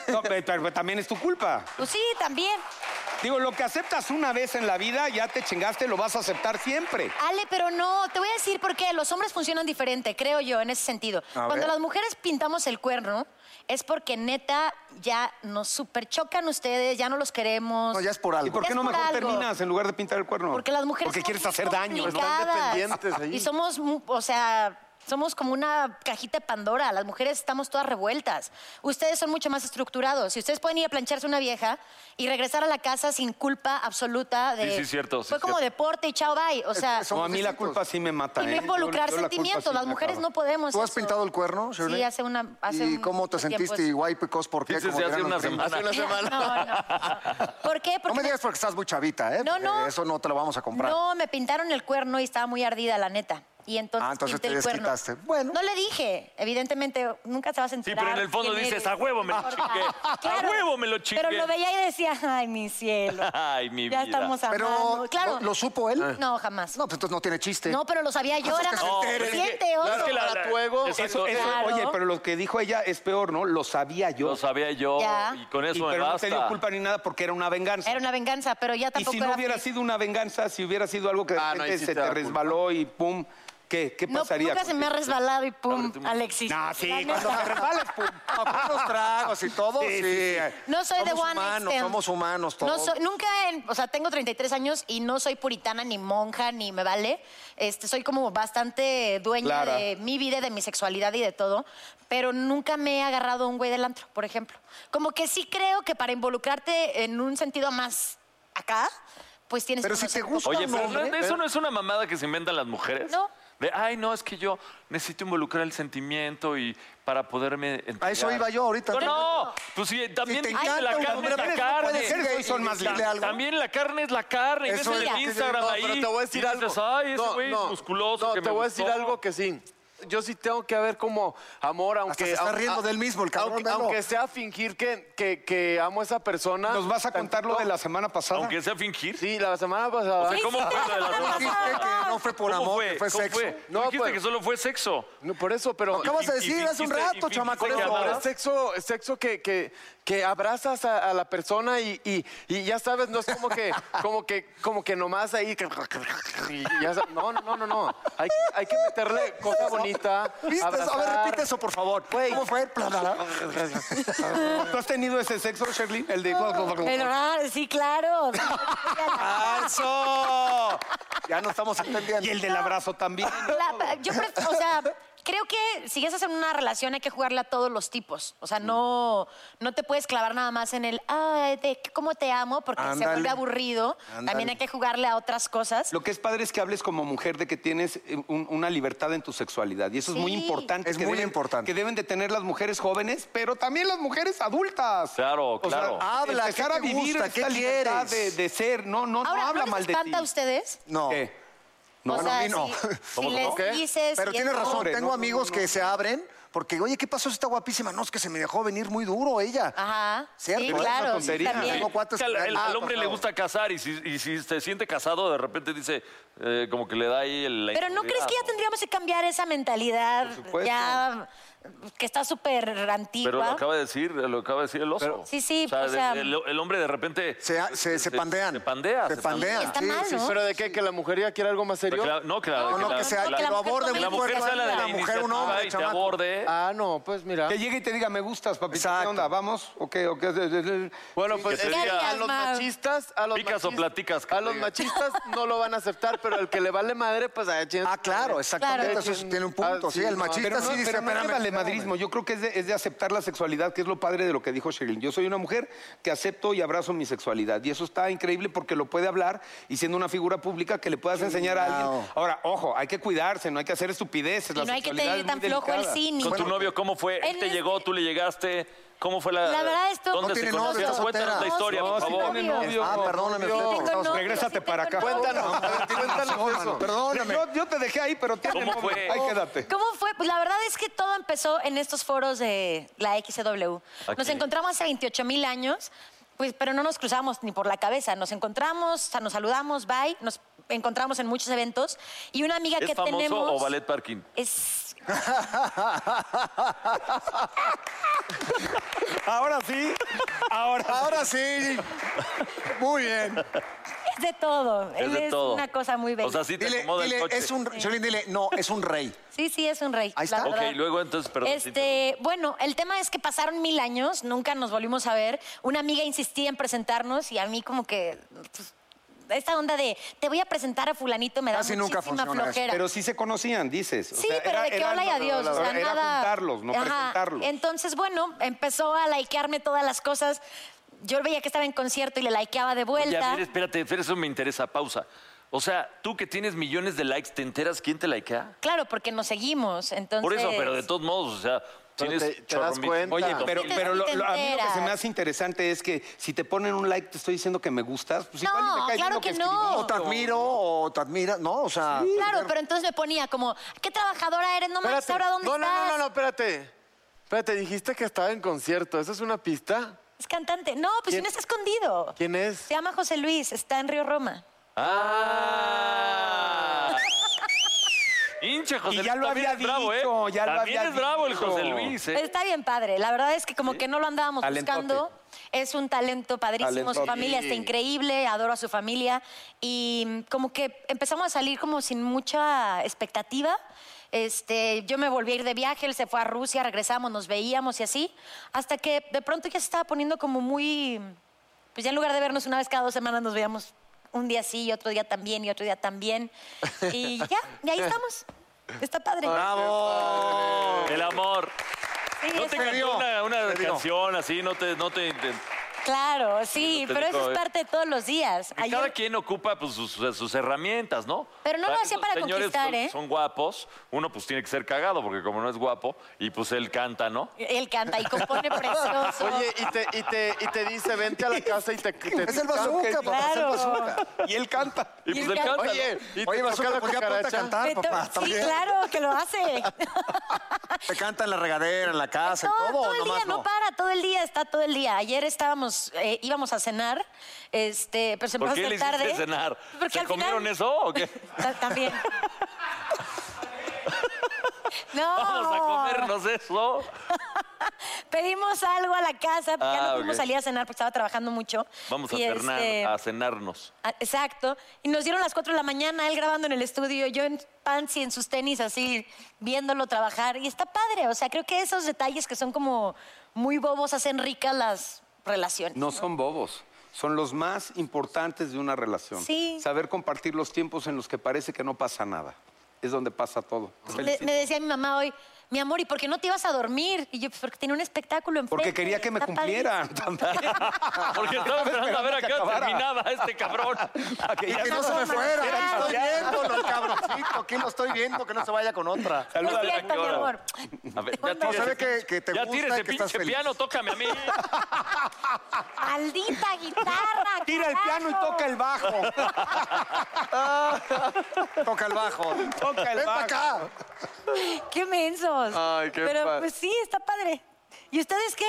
Speaker 5: No, pero, pero también es tu culpa.
Speaker 6: Pues sí, también.
Speaker 5: Digo, lo que aceptas una vez en la vida, ya te chingaste, lo vas a aceptar siempre.
Speaker 6: Ale, pero no, te voy a decir por qué. Los hombres funcionan diferente, creo yo, en ese sentido.
Speaker 3: A
Speaker 6: Cuando
Speaker 3: ver.
Speaker 6: las mujeres pintamos el cuerno, es porque neta ya nos superchocan ustedes, ya no los queremos.
Speaker 3: No, ya es por algo.
Speaker 5: ¿Y por qué
Speaker 6: Es
Speaker 5: no
Speaker 6: por
Speaker 5: mejor
Speaker 6: algo.
Speaker 5: terminas en lugar de pintar el cuerno?
Speaker 6: Porque las mujeres.
Speaker 5: Porque
Speaker 6: somos
Speaker 5: quieres
Speaker 6: muy
Speaker 5: hacer daño. ¿no?
Speaker 6: complicadas.
Speaker 1: Están dependientes ahí.
Speaker 6: Y somos, mu- o sea, somos como una cajita de Pandora. Las mujeres estamos todas revueltas. Ustedes son mucho más estructurados. Y ustedes pueden ir a plancharse una vieja y regresar a la casa sin culpa absoluta de.
Speaker 4: Sí, sí, cierto, sí,
Speaker 6: Fue como
Speaker 4: cierto.
Speaker 6: deporte y chao, bye. O sea.
Speaker 3: Somos
Speaker 5: No, a mí la
Speaker 3: distintos.
Speaker 5: culpa sí me mata.
Speaker 6: Y no
Speaker 5: ¿eh? Yo-
Speaker 6: involucrar
Speaker 5: yo la culpa
Speaker 6: sentimientos.
Speaker 5: sí
Speaker 6: las
Speaker 5: me
Speaker 6: mujeres
Speaker 5: acaba.
Speaker 6: no podemos.
Speaker 3: ¿Tú has
Speaker 6: eso.
Speaker 3: pintado el cuerno, Shirley?
Speaker 6: Sí, hace una. Hace
Speaker 3: ¿Y
Speaker 6: un-
Speaker 3: cómo te
Speaker 6: mucho tiempo
Speaker 3: sentiste?
Speaker 6: es-
Speaker 3: ¿Y guay, picos, por qué?
Speaker 4: Sí, sí,
Speaker 3: Como
Speaker 4: sí, hace
Speaker 3: dirán
Speaker 4: una
Speaker 3: los gringos.
Speaker 4: semana.
Speaker 1: una semana.
Speaker 6: No, no. ¿Por qué?
Speaker 3: No
Speaker 6: Porque
Speaker 3: me digas porque estás muy chavita, ¿eh?
Speaker 6: No,
Speaker 3: Porque
Speaker 6: no.
Speaker 3: Eso no te lo vamos a comprar.
Speaker 6: No, me pintaron el cuerno y estaba muy ardida, la neta. Y entonces,
Speaker 3: Ah, entonces
Speaker 6: pinté
Speaker 3: te
Speaker 6: el cuerno.
Speaker 3: desquitaste. Bueno.
Speaker 6: No le dije, evidentemente, nunca se va a
Speaker 4: Sí,
Speaker 6: sentir.
Speaker 4: pero en el fondo dices, a huevo me lo chingué. A huevo me lo chingué.
Speaker 6: Pero lo veía y decía, ay, mi cielo.
Speaker 4: Ay, mi
Speaker 6: ya
Speaker 4: vida.
Speaker 6: estamos
Speaker 3: Pero,
Speaker 6: amando. claro. Ah.
Speaker 3: ¿lo, lo supo él? No,
Speaker 6: No, jamás. No,
Speaker 3: pues entonces no tiene chiste.
Speaker 6: pero lo sabía yo, era
Speaker 3: que se
Speaker 4: No,
Speaker 3: entere.
Speaker 4: es que-
Speaker 6: consciente, oso.
Speaker 4: es que la-
Speaker 1: Para tu ego.
Speaker 4: Eso- eso-
Speaker 5: Eso,
Speaker 6: Claro.
Speaker 5: Oye, pero lo que dijo ella es peor, ¿no? Lo sabía yo.
Speaker 4: Lo sabía yo
Speaker 6: Ya.
Speaker 4: y con eso
Speaker 5: Y-
Speaker 4: me
Speaker 5: pero no
Speaker 4: basta.
Speaker 5: te dio culpa ni nada porque era una venganza.
Speaker 6: Era una venganza, pero ya
Speaker 5: y
Speaker 6: tampoco
Speaker 5: si no
Speaker 6: era
Speaker 5: hubiera
Speaker 6: feliz.
Speaker 5: sido una venganza, si hubiera sido algo que de
Speaker 1: Ah, no, ahí
Speaker 5: repente
Speaker 1: sí
Speaker 5: se
Speaker 1: te da
Speaker 5: te
Speaker 1: culpa.
Speaker 5: resbaló y pum, ¿qué, qué
Speaker 6: No,
Speaker 5: pasaría?
Speaker 6: nunca se
Speaker 5: contigo?
Speaker 6: me ha resbalado y pum,
Speaker 4: Ábrete un-
Speaker 6: Alexis.
Speaker 5: No,
Speaker 6: La
Speaker 5: sí,
Speaker 6: neta.
Speaker 5: cuando te resbales, pum.
Speaker 3: No, con unos tragos y todo, sí.
Speaker 6: No soy de
Speaker 3: Somos
Speaker 6: One Night
Speaker 3: humanos,
Speaker 6: Stand.
Speaker 3: Somos humanos todos.
Speaker 6: No soy, nunca, en- o sea, tengo 33 años y no soy puritana ni monja ni me vale. Este, soy como bastante dueña
Speaker 5: Clara.
Speaker 6: de mi vida, y de mi sexualidad y de todo, pero nunca me he agarrado a un güey del antro, por ejemplo. Como que sí creo que para involucrarte en un sentido más acá, pues tienes
Speaker 3: Pero si
Speaker 6: que
Speaker 3: te
Speaker 6: conocer un
Speaker 3: gusta
Speaker 4: Oye,
Speaker 3: un
Speaker 4: pero
Speaker 3: hombre,
Speaker 4: no- eso no es una mamada que se inventan las mujeres.
Speaker 6: No.
Speaker 4: De, ay, no, es que yo necesito involucrar el sentimiento y para poderme.
Speaker 3: A eso iba yo ahorita.
Speaker 4: No, no. Pues sí, también
Speaker 3: te
Speaker 4: dice
Speaker 3: encanta
Speaker 4: la
Speaker 3: un
Speaker 4: carne es
Speaker 3: hombre,
Speaker 4: la
Speaker 3: pero no
Speaker 4: carne.
Speaker 3: puede ser gay
Speaker 5: Hoy son
Speaker 3: y
Speaker 5: más
Speaker 3: decirle
Speaker 5: lindas.
Speaker 3: algo.
Speaker 4: También la carne es la carne. Y ves
Speaker 3: Eso
Speaker 4: en
Speaker 3: es
Speaker 4: el
Speaker 3: lo que te
Speaker 4: Instagram
Speaker 1: No,
Speaker 4: ahí.
Speaker 1: pero te voy a decir
Speaker 4: y
Speaker 1: algo.
Speaker 4: dices, Ay, ese
Speaker 1: No,
Speaker 4: güey
Speaker 1: no,
Speaker 4: es musculoso.
Speaker 1: No,
Speaker 4: que
Speaker 1: te
Speaker 4: me
Speaker 1: voy a
Speaker 4: gustó".
Speaker 1: decir algo que sí. Yo sí tengo que haber como amor, aunque.
Speaker 3: se está
Speaker 1: aun-
Speaker 3: riendo
Speaker 1: a-
Speaker 3: de él mismo, el cabrón,
Speaker 1: Aunque,
Speaker 3: velo.
Speaker 1: aunque sea fingir que, que, que amo a esa persona.
Speaker 5: ¿Nos vas a contar lo de la semana pasada?
Speaker 4: Aunque sea fingir.
Speaker 1: Sí, la semana pasada.
Speaker 4: O sea, ¿cómo fue lo de la
Speaker 3: ¿Tú
Speaker 4: semana
Speaker 3: dijiste
Speaker 4: pasada?
Speaker 3: que no fue por
Speaker 4: ¿Cómo
Speaker 3: amor, que fue
Speaker 4: ¿Cómo
Speaker 3: sexo.
Speaker 4: Tú
Speaker 1: No,
Speaker 4: dijiste
Speaker 1: pues-
Speaker 4: que solo fue sexo.
Speaker 1: No, por eso, pero.
Speaker 3: acabas de decir hace un
Speaker 4: fingiste-
Speaker 3: rato,
Speaker 4: y fingiste
Speaker 3: chamaco,
Speaker 4: que
Speaker 3: por eso.
Speaker 1: Pero
Speaker 4: amabas.
Speaker 1: es sexo, es sexo que, que, que abrazas a, a la persona y, y- y ya sabes, no es como que, como que, como que nomás ahí. que- y ya sa- no, no, no, no, no. Hay, que- hay que meterle cosa bonita.
Speaker 3: ¿Viste? eso? A ver,
Speaker 1: abrazar.
Speaker 3: repite eso, por favor. ¿Cómo fue? Bla, bla, bla.
Speaker 5: ¿Tú has tenido ese sexo, Sherlyn? El de...
Speaker 6: Pero, ah, sí, claro.
Speaker 5: ¡Eso!
Speaker 3: Ya no estamos entendiendo.
Speaker 5: Y el del abrazo también.
Speaker 6: La- yo pref- o sea, creo que si estás en una relación hay que jugarla a todos los tipos. O sea, no, no te puedes clavar nada más en el, ay, de que cómo te amo, porque se
Speaker 3: Ándale.
Speaker 6: vuelve aburrido. También
Speaker 3: Ándale.
Speaker 6: hay que jugarle a otras cosas.
Speaker 5: Lo que es padre es que hables como mujer de que tienes eh, un- una libertad en tu sexualidad. Y eso es muy
Speaker 6: Sí.
Speaker 5: importante.
Speaker 3: Es
Speaker 5: que
Speaker 3: muy
Speaker 5: deben-
Speaker 3: importante.
Speaker 5: Que deben de tener las mujeres jóvenes, pero también las mujeres adultas.
Speaker 4: Claro, claro.
Speaker 3: Habla,
Speaker 5: empezar
Speaker 3: ¿qué
Speaker 5: a
Speaker 3: te
Speaker 5: vivir
Speaker 3: gusta? ¿Qué
Speaker 5: esta libertad
Speaker 3: quieres?
Speaker 5: De, de ser. No, no,
Speaker 6: Ahora,
Speaker 5: no habla
Speaker 6: les
Speaker 5: mal de ti.
Speaker 6: espanta a ustedes?
Speaker 3: No.
Speaker 5: ¿Qué?
Speaker 6: No,
Speaker 3: bueno, a mí no.
Speaker 6: Si, si
Speaker 4: ¿Cómo,
Speaker 6: les
Speaker 4: cómo? ¿Qué?
Speaker 6: dices...
Speaker 3: Pero
Speaker 6: y
Speaker 3: tienes
Speaker 6: es
Speaker 3: razón,
Speaker 6: como-
Speaker 5: hombre,
Speaker 3: tengo
Speaker 5: no, no,
Speaker 3: amigos
Speaker 5: no,
Speaker 3: que
Speaker 5: no.
Speaker 3: se abren porque, oye, ¿qué pasó? Está guapísima. No, es que se me dejó venir muy duro ella.
Speaker 6: Ajá.
Speaker 3: Cierto,
Speaker 6: sí,
Speaker 3: es una
Speaker 6: claro. sí,
Speaker 5: tontería.
Speaker 6: también.
Speaker 3: Tengo cuates
Speaker 4: Al,
Speaker 3: que-
Speaker 4: al-
Speaker 3: Ah,
Speaker 4: al hombre
Speaker 3: por
Speaker 4: le
Speaker 3: favor.
Speaker 4: gusta casar y si, y si se siente casado, de repente dice, eh, como que le da ahí el. la
Speaker 6: Pero ¿no crees que ya
Speaker 4: inseguridad, ¿no?
Speaker 6: tendríamos que cambiar esa mentalidad
Speaker 5: supuesto.
Speaker 6: ya que está súper antigua?
Speaker 4: Pero lo acaba de decir, lo acaba de decir el oso.
Speaker 6: Sí, sí,
Speaker 4: O sea,
Speaker 6: o sea-
Speaker 4: de- el, el hombre de repente.
Speaker 3: Se, se, se pandean.
Speaker 4: Se pandea.
Speaker 3: Se pandean.
Speaker 6: Está
Speaker 3: sí,
Speaker 6: mal,
Speaker 3: sí,
Speaker 6: ¿no?
Speaker 3: sí.
Speaker 1: Pero de qué, que la mujer ya quiere algo más
Speaker 4: Pero
Speaker 1: serio.
Speaker 4: que la- no, claro.
Speaker 3: No, no,
Speaker 4: la,
Speaker 3: que sea,
Speaker 6: la-
Speaker 3: que lo
Speaker 6: la mujer
Speaker 3: aborde
Speaker 6: tome
Speaker 3: muy
Speaker 4: la
Speaker 6: la
Speaker 4: mujer
Speaker 3: fuerte.
Speaker 4: sale de la,
Speaker 3: La mujer, un
Speaker 4: iniciativa
Speaker 3: hombre,
Speaker 4: y te
Speaker 3: chamaco.
Speaker 4: aborde.
Speaker 1: Ah, no, pues mira.
Speaker 5: Que llegue y te diga, me gustas, papi. ¿Qué
Speaker 3: Exacto.
Speaker 5: onda? ¿Vamos? ¿O qué? ¿O qué?
Speaker 1: Bueno, pues
Speaker 4: que te
Speaker 1: es que
Speaker 4: diga,
Speaker 1: a los
Speaker 6: Alma.
Speaker 1: machistas, a los
Speaker 4: Picas o
Speaker 1: machis-
Speaker 4: platicas, que
Speaker 1: a
Speaker 4: te
Speaker 1: los
Speaker 4: diga.
Speaker 1: machistas no lo van a aceptar, pero el que le vale madre, pues a
Speaker 3: Ah, claro, exactamente.
Speaker 1: Claro.
Speaker 3: Eso sí tiene un punto.
Speaker 1: Ah,
Speaker 3: sí,
Speaker 1: sí,
Speaker 3: el
Speaker 1: no,
Speaker 3: machista
Speaker 5: Pero no,
Speaker 3: sí dice,
Speaker 5: pero no
Speaker 3: espérame,
Speaker 5: lleva al
Speaker 3: espérame.
Speaker 5: madrismo. Yo creo que es de, es de aceptar la sexualidad, que es lo padre de lo que dijo Sheryl. Yo soy una mujer que acepto y abrazo mi sexualidad. Y eso está increíble porque lo puede hablar y siendo una figura pública que le puedas enseñar a alguien.
Speaker 3: Chingao.
Speaker 5: Ahora, ojo, hay que cuidarse, no hay que hacer estupideces.
Speaker 6: Y
Speaker 5: la
Speaker 6: no hay que
Speaker 5: sexualidad
Speaker 6: tener
Speaker 5: es
Speaker 6: tan
Speaker 5: muy
Speaker 6: flojo el
Speaker 5: delicada.
Speaker 6: cine.
Speaker 4: Con tu novio, ¿cómo fue?
Speaker 6: en
Speaker 4: Él te
Speaker 6: este-
Speaker 4: llegó, tú le llegaste. ¿Cómo fue la.
Speaker 6: La verdad, esto-
Speaker 4: ¿Dónde
Speaker 3: No
Speaker 4: se
Speaker 3: tiene novio,
Speaker 4: conocieron?
Speaker 3: soltera.
Speaker 4: Cuéntanos la
Speaker 3: No,
Speaker 4: historia,
Speaker 6: sí
Speaker 4: por
Speaker 6: tiene
Speaker 4: favor.
Speaker 6: novio.
Speaker 5: novio.
Speaker 3: Ah, perdóname.
Speaker 1: Yo-
Speaker 3: Flor,
Speaker 6: Tengo
Speaker 3: estamos-
Speaker 6: novio,
Speaker 5: Regrésate
Speaker 6: sí
Speaker 5: para
Speaker 6: tengo
Speaker 5: acá.
Speaker 6: novio.
Speaker 3: Cuéntanos,
Speaker 1: Cuéntanos eso.
Speaker 3: Perdóname.
Speaker 5: Yo, yo te dejé ahí, pero tiene
Speaker 4: ¿Cómo
Speaker 5: novio.
Speaker 4: fue?
Speaker 5: Ahí quédate.
Speaker 6: ¿Cómo fue? Pues la verdad es que todo empezó en estos foros de la XW.
Speaker 4: Aquí.
Speaker 6: Nos encontramos hace 28 mil años. Pues, pero no nos cruzamos ni por la cabeza. Nos encontramos, o sea, nos saludamos, bye. Nos encontramos en muchos eventos. Y una amiga
Speaker 4: ¿Es
Speaker 6: que
Speaker 4: famoso
Speaker 6: tenemos...
Speaker 4: o ballet parking?
Speaker 6: Es...
Speaker 2: Ahora sí. Ahora.
Speaker 3: Ahora sí. Muy bien.
Speaker 6: es de todo.
Speaker 4: Es
Speaker 6: Él
Speaker 4: de
Speaker 6: es
Speaker 4: todo.
Speaker 6: una cosa muy bella.
Speaker 4: O sea, sí te
Speaker 3: Dile,
Speaker 4: acomoda
Speaker 3: dile,
Speaker 4: el coche.
Speaker 3: es un, Jolín, dile, no, es un rey.
Speaker 6: Sí, sí, es un rey.
Speaker 3: Ahí
Speaker 6: la
Speaker 3: está.
Speaker 4: Ok,
Speaker 6: verdad.
Speaker 4: luego entonces, perdón. sí,
Speaker 6: Este, bueno, el tema es que pasaron mil años, nunca nos volvimos a ver. Una amiga insistía en presentarnos y a mí como que pues, esta onda de te voy a presentar a fulanito me da
Speaker 3: Casi nunca
Speaker 6: muchísima
Speaker 3: funciona eso.
Speaker 6: flojera.
Speaker 5: Pero sí se conocían, dices. O
Speaker 6: Sí,
Speaker 5: sea,
Speaker 6: pero
Speaker 5: era-
Speaker 6: de qué
Speaker 5: era-
Speaker 6: hola y adiós. o sea,
Speaker 5: era
Speaker 6: nada.
Speaker 5: juntarlos, no
Speaker 6: Ajá.
Speaker 5: presentarlos.
Speaker 6: Entonces, bueno, empezó a likearme todas las cosas. Yo veía que estaba en concierto y le likeaba de
Speaker 4: perdón. Oye, a
Speaker 6: vuelta.
Speaker 4: ver, Pues espérate, Fer, eso me interesa. Pausa. O sea, tú que tienes millones de likes, ¿te enteras quién te likea?
Speaker 6: Claro, porque nos seguimos. Entonces,
Speaker 4: Por eso, pero de todos modos, o sea,
Speaker 1: Pero
Speaker 4: tienes
Speaker 1: te- te das
Speaker 4: chorro mil-
Speaker 1: cuenta.
Speaker 5: Oye,
Speaker 4: Oye,
Speaker 5: pero,
Speaker 6: Te-
Speaker 5: pero lo-
Speaker 6: te
Speaker 5: lo- a mí lo que se me
Speaker 6: enteras.
Speaker 5: hace interesante es que si te ponen un like, te estoy diciendo que me gustas, pues igual
Speaker 6: No,
Speaker 5: y me cae bien
Speaker 6: claro
Speaker 5: lo
Speaker 6: que
Speaker 5: escribí.
Speaker 6: no.
Speaker 3: O te admiro, o te admira, no, o sea.
Speaker 6: Claro, pero entonces me ponía como, ¿qué trabajadora eres? No manches,
Speaker 1: Espérate.
Speaker 6: ¿ahora dónde
Speaker 1: no, no,
Speaker 6: estás?
Speaker 1: no, no, no, espérate. Espérate, dijiste que estaba en concierto. ¿Eso es una pista?
Speaker 6: Es cantante. No, pues si
Speaker 1: ¿Quién-
Speaker 6: no está escondido.
Speaker 1: ¿Quién es?
Speaker 6: Se llama José Luis, está en Río Roma.
Speaker 4: ¡Ah! Hinche, José
Speaker 5: Y ya lo
Speaker 4: también
Speaker 5: había
Speaker 4: es bravo,
Speaker 5: dicho,
Speaker 4: ¿eh?
Speaker 5: ya lo
Speaker 4: también
Speaker 5: había
Speaker 4: es bravo el
Speaker 5: dicho.
Speaker 4: José Luis, ¿eh?
Speaker 6: Pues Está bien padre. La verdad es que como que no lo andábamos
Speaker 5: Talentote.
Speaker 6: buscando. Es un talento padrísimo. Su
Speaker 5: Talentote.
Speaker 6: familia está increíble, adoro a su familia. Y mm, como que empezamos a salir como sin mucha expectativa. Este, yo me volví a ir de viaje, él se fue a Rusia, regresamos, nos veíamos y así. Hasta que de pronto ya se estaba poniendo como muy... Pues ya en lugar de vernos una vez cada dos semanas, nos veíamos un día sí y otro día también y otro día también. Y ya, y ahí estamos. Está padre.
Speaker 4: El amor.
Speaker 6: Sí,
Speaker 4: No
Speaker 6: es-
Speaker 4: te cantó una, una canción así, no te... No te, te-
Speaker 6: Claro, sí,
Speaker 4: Yo te
Speaker 6: pero
Speaker 4: digo,
Speaker 6: eso
Speaker 4: eh.
Speaker 6: es parte de todos los días.
Speaker 4: que Cada
Speaker 6: Ayer-
Speaker 4: quien ocupa pues, sus, sus herramientas, ¿no?
Speaker 6: Pero no lo
Speaker 4: Para
Speaker 6: hacía
Speaker 4: esos
Speaker 6: para
Speaker 4: señores
Speaker 6: conquistar,
Speaker 4: son-
Speaker 6: ¿eh?
Speaker 4: Son guapos, uno pues tiene que ser cagado, porque como no es guapo, y pues él canta, ¿no?
Speaker 6: Él canta y compone precioso.
Speaker 1: Oye, y te, y, te, y te dice, vente a la casa y te... y te
Speaker 3: Es el bazooka, papá, es el
Speaker 6: Claro.
Speaker 3: bazooka.
Speaker 5: Y él canta.
Speaker 4: Y pues
Speaker 6: Y él
Speaker 4: él
Speaker 6: canta.
Speaker 4: canta. ¿no?
Speaker 1: Oye, y
Speaker 3: Oye,
Speaker 1: te toca
Speaker 3: bazooka,
Speaker 1: la
Speaker 3: ¿por qué apunta a
Speaker 1: cucaracha.
Speaker 3: cantar,
Speaker 6: Beto-
Speaker 3: papá?
Speaker 6: sí,
Speaker 3: ¿También?
Speaker 6: claro que lo hace.
Speaker 3: ¿Te canta en la regadera, en la casa,
Speaker 6: todo,
Speaker 3: en todo? o
Speaker 6: todo el día,
Speaker 3: nomás
Speaker 6: no. para, todo el día, está todo el día. Ayer estábamos, eh, íbamos a cenar, este, pero se
Speaker 4: ¿Por
Speaker 6: empezó a
Speaker 4: qué
Speaker 6: hacer
Speaker 4: le hiciste
Speaker 6: tarde.
Speaker 4: cenar?
Speaker 6: Pues Porque
Speaker 4: ¿Se
Speaker 6: al final-
Speaker 4: comieron eso o qué?
Speaker 6: Ta- También. No,
Speaker 4: Vamos a comernos eso.
Speaker 6: pedimos algo a la casa, ya
Speaker 4: Ah,
Speaker 6: no pudimos
Speaker 4: ok.
Speaker 6: salir a cenar porque estaba trabajando mucho.
Speaker 4: Vamos a,
Speaker 6: Y,
Speaker 4: cernar-
Speaker 6: este,
Speaker 4: a cenarnos.
Speaker 6: Ah, Exacto. Y nos dieron las 4 de la mañana, él grabando en el estudio, yo en pants y en sus tenis, así, viéndolo trabajar. Y está padre. O sea, creo que esos detalles que son como muy bobos hacen ricas las relaciones.
Speaker 5: No son bobos. Son los más importantes de una relación.
Speaker 6: Sí.
Speaker 5: Saber compartir los tiempos en los que parece que no pasa nada. Es donde pasa todo.
Speaker 6: Pues Le- me decía mi mamá hoy, mi amor, ¿y por qué no te ibas a dormir? Y yo, pues porque tenía un espectáculo en
Speaker 5: Porque quería que me cumplieran también.
Speaker 4: Porque estaba esperando a ver a
Speaker 5: que
Speaker 4: qué hora
Speaker 5: acabara.
Speaker 4: terminaba este cabrón.
Speaker 5: Para que ya
Speaker 3: Que
Speaker 5: no-
Speaker 3: no se me fuera, que
Speaker 6: Era
Speaker 3: estoy viéndolo, el cabroncito, aquí lo estoy viendo, que no se vaya con otra.
Speaker 5: Salúdale a
Speaker 6: Saludable,
Speaker 5: la
Speaker 6: mi
Speaker 5: señora.
Speaker 6: amor.
Speaker 4: A ver, ya
Speaker 3: No,
Speaker 4: tira
Speaker 3: se ve
Speaker 4: ese-
Speaker 3: que, que te
Speaker 4: ya
Speaker 3: gusta
Speaker 4: tira
Speaker 3: y
Speaker 4: ese
Speaker 3: que estás
Speaker 4: pinche
Speaker 3: feliz.
Speaker 4: piano, tócame a mí.
Speaker 6: Maldita guitarra.
Speaker 5: Tira el piano y toca el bajo.
Speaker 3: Toca el bajo.
Speaker 5: Toca el
Speaker 3: Ven
Speaker 5: bajo.
Speaker 3: para acá.
Speaker 6: Qué mensos.
Speaker 1: Ay, qué
Speaker 6: Pero
Speaker 1: pa-
Speaker 6: pues sí, está padre. ¿Y ustedes qué?